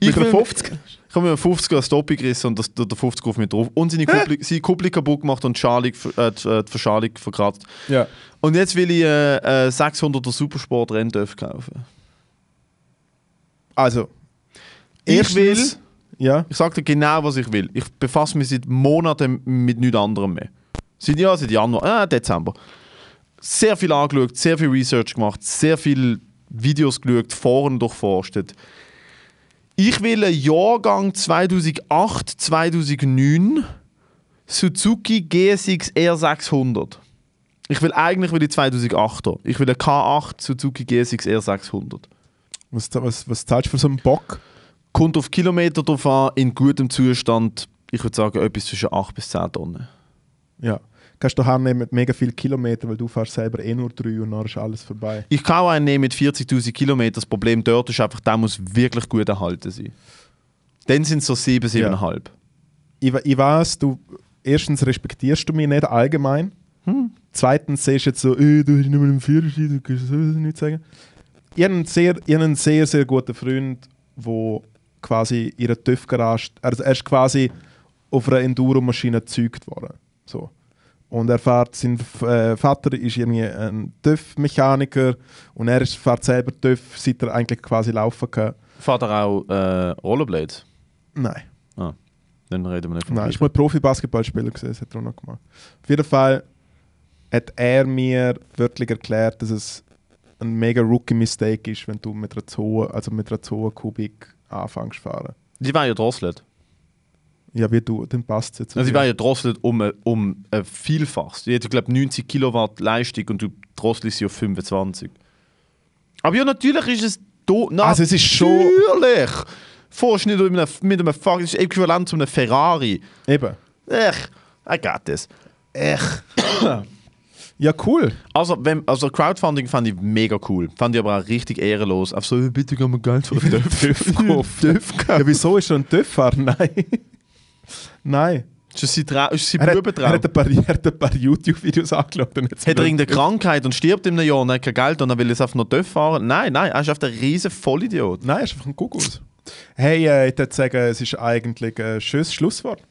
mit will- einer 50. Ich habe mir einen 50er als Topi gerissen und das, der, der 50er auf mich drauf. Und seine Kuppel, seine Kuppel kaputt gemacht und die, Schalung, ver- äh, die, äh, die Verschalung verkratzt. Ja. Und jetzt will ich äh, äh, 600er Supersport Renndörf kaufen. Also. Ich will, erstens- Ja. ich sage dir genau, was ich will. Ich befasse mich seit Monaten mit nichts anderem mehr. Seit ja, seit Januar, äh, Dezember. Sehr viel angeschaut, sehr viel Research gemacht, sehr viel Videos geschaut, Foren durchforstet. Ich will einen Jahrgang 2008, 2009 Suzuki GSX R600. Ich will eigentlich will ich 2008er. Ich will einen K8 Suzuki GSX R600. Was, was, was zahlst du für so einen Bock? Kommt auf Kilometer drauf an, in gutem Zustand, ich würde sagen, etwas zwischen 8 bis 10 Tonnen. Ja. Kannst du haben mit mega viel Kilometer, weil du fährst selber eh nur drei und dann ist alles vorbei. Ich kann auch einen nehmen mit 40.000 Kilometern. Das Problem dort ist einfach, der muss wirklich gut erhalten sein. Dann sind es so 7, 7,5. Ich, we- ich weiß, du erstens respektierst du mich nicht allgemein. Zweitens siehst du jetzt so, äh, du hast nicht mehr einen Führerschein, du kannst sowieso nichts sagen. Ich habe einen sehr, ich habe einen sehr, sehr guten Freund, der quasi in einer TÜV-Garage, also er ist quasi auf einer Enduro-Maschine gezeugt worden. So. Und er fährt, sein F- äh, Vater ist irgendwie ein TÜV-Mechaniker und er ist, fährt selber TÜV, seit er eigentlich quasi laufen kann. Fährt er auch äh, Rollerblades? Nein. Ah, dann reden wir nicht vom Nein, gleichen. ich war mal Profi-Basketballspieler, gewesen, das hat er auch noch gemacht. Auf jeden Fall hat er mir wörtlich erklärt, dass es ein mega Rookie-Mistake ist, wenn du mit einer Zoe, also mit einer Zoe-Kubik anfängst zu fahren. Die war ja drosselt. Ja, wie du, dann passt es jetzt. Also, die war ja drosselt um, ein- um ein Vielfaches. Die hat, glaube 90 Kilowatt Leistung und du drosselst sie auf 25. Aber ja, natürlich ist es. Do na, Also es ist schon- Natürlich! Fährst nicht mit einem, mit einem Fuck, das ist äquivalent zu einem Ferrari. Eben. Ech, I got this. Ech. Ja, cool. Also, wenn, also Crowdfunding fand ich mega cool. Fand ich aber auch richtig ehrenlos. Auf so, bitte gib mir Geld für den TÜV. ja, wieso ist er ein TÜV-Fahrer? Nein. Nein. Ist das sein, Tra ist das sein Er hat, er, Bubentraum? hat ein paar, er hat ein paar YouTube-Videos angeschaut. Und jetzt Hat er irgendeine Krankheit und stirbt in einem Jahr und hat kein Geld und dann will er es einfach noch dürfen fahren? Nein, nein, er ist einfach ein riesen Vollidiot. Nein, er ist einfach ein Kuckuck. Hey, äh, ich würde sagen, es ist eigentlich ein schönes Schlusswort.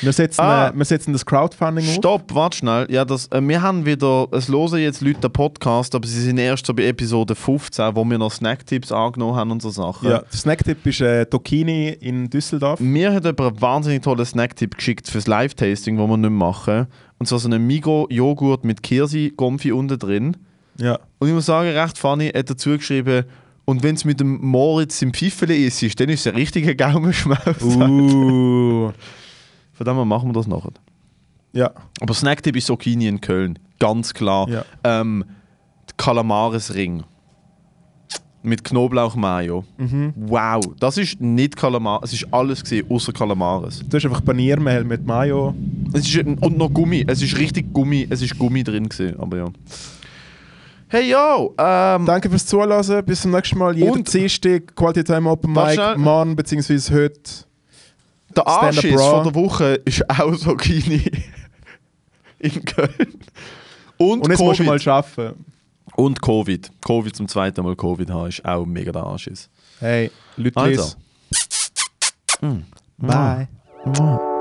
Wir setzen, Ah. äh, wir setzen das Crowdfunding auf. Stopp, warte schnell. Ja, das, äh, wir haben wieder, es hören jetzt Leute den Podcast, aber sie sind erst so bei Episode 15, wo wir noch Snacktipps angenommen haben und so Sachen. Ja, der Snacktipp ist äh, Tokini in Düsseldorf. Mir hat jemand einen wahnsinnig tollen Snacktipp geschickt fürs Live-Tasting, das wir nicht machen. Und zwar so einen Migros-Joghurt mit Kirsi-Gomfi unten drin. Ja. Und ich muss sagen, recht funny, hat dazu geschrieben, und wenn es mit dem Moritz im Pfiffele ist, ist, dann ist es ein richtiger Gaumenschmaus. Uh. Von dem her machen wir das nachher. ja. Aber Snacktipp ist Okini in Köln, ganz klar. Ja. Ähm, Kalamaresring mit Knoblauch-Mayo. Mhm. Wow, das ist nicht Kalamar, es ist alles gesehen, außer Kalamares. Du hast einfach Paniermehl mit Mayo. Es ist, und noch Gummi. Es ist richtig Gummi. Es ist Gummi drin gesehen, aber ja. Hey yo! Ähm, Danke fürs Zuhören. Bis zum nächsten Mal. Jeden Und- Dienstag Quality Time Open Darf Mic. schnell- Morgen bzw. heute. der Stand-up Anschiss Bra. von der Woche ist auch so Kini in Köln. Und, Und jetzt musst du mal Covid. arbeiten. Und Covid. Covid zum zweiten Mal Covid haben ist Also. auch mega der Anschiss. Hey, Leute. Also. Bye. Mua.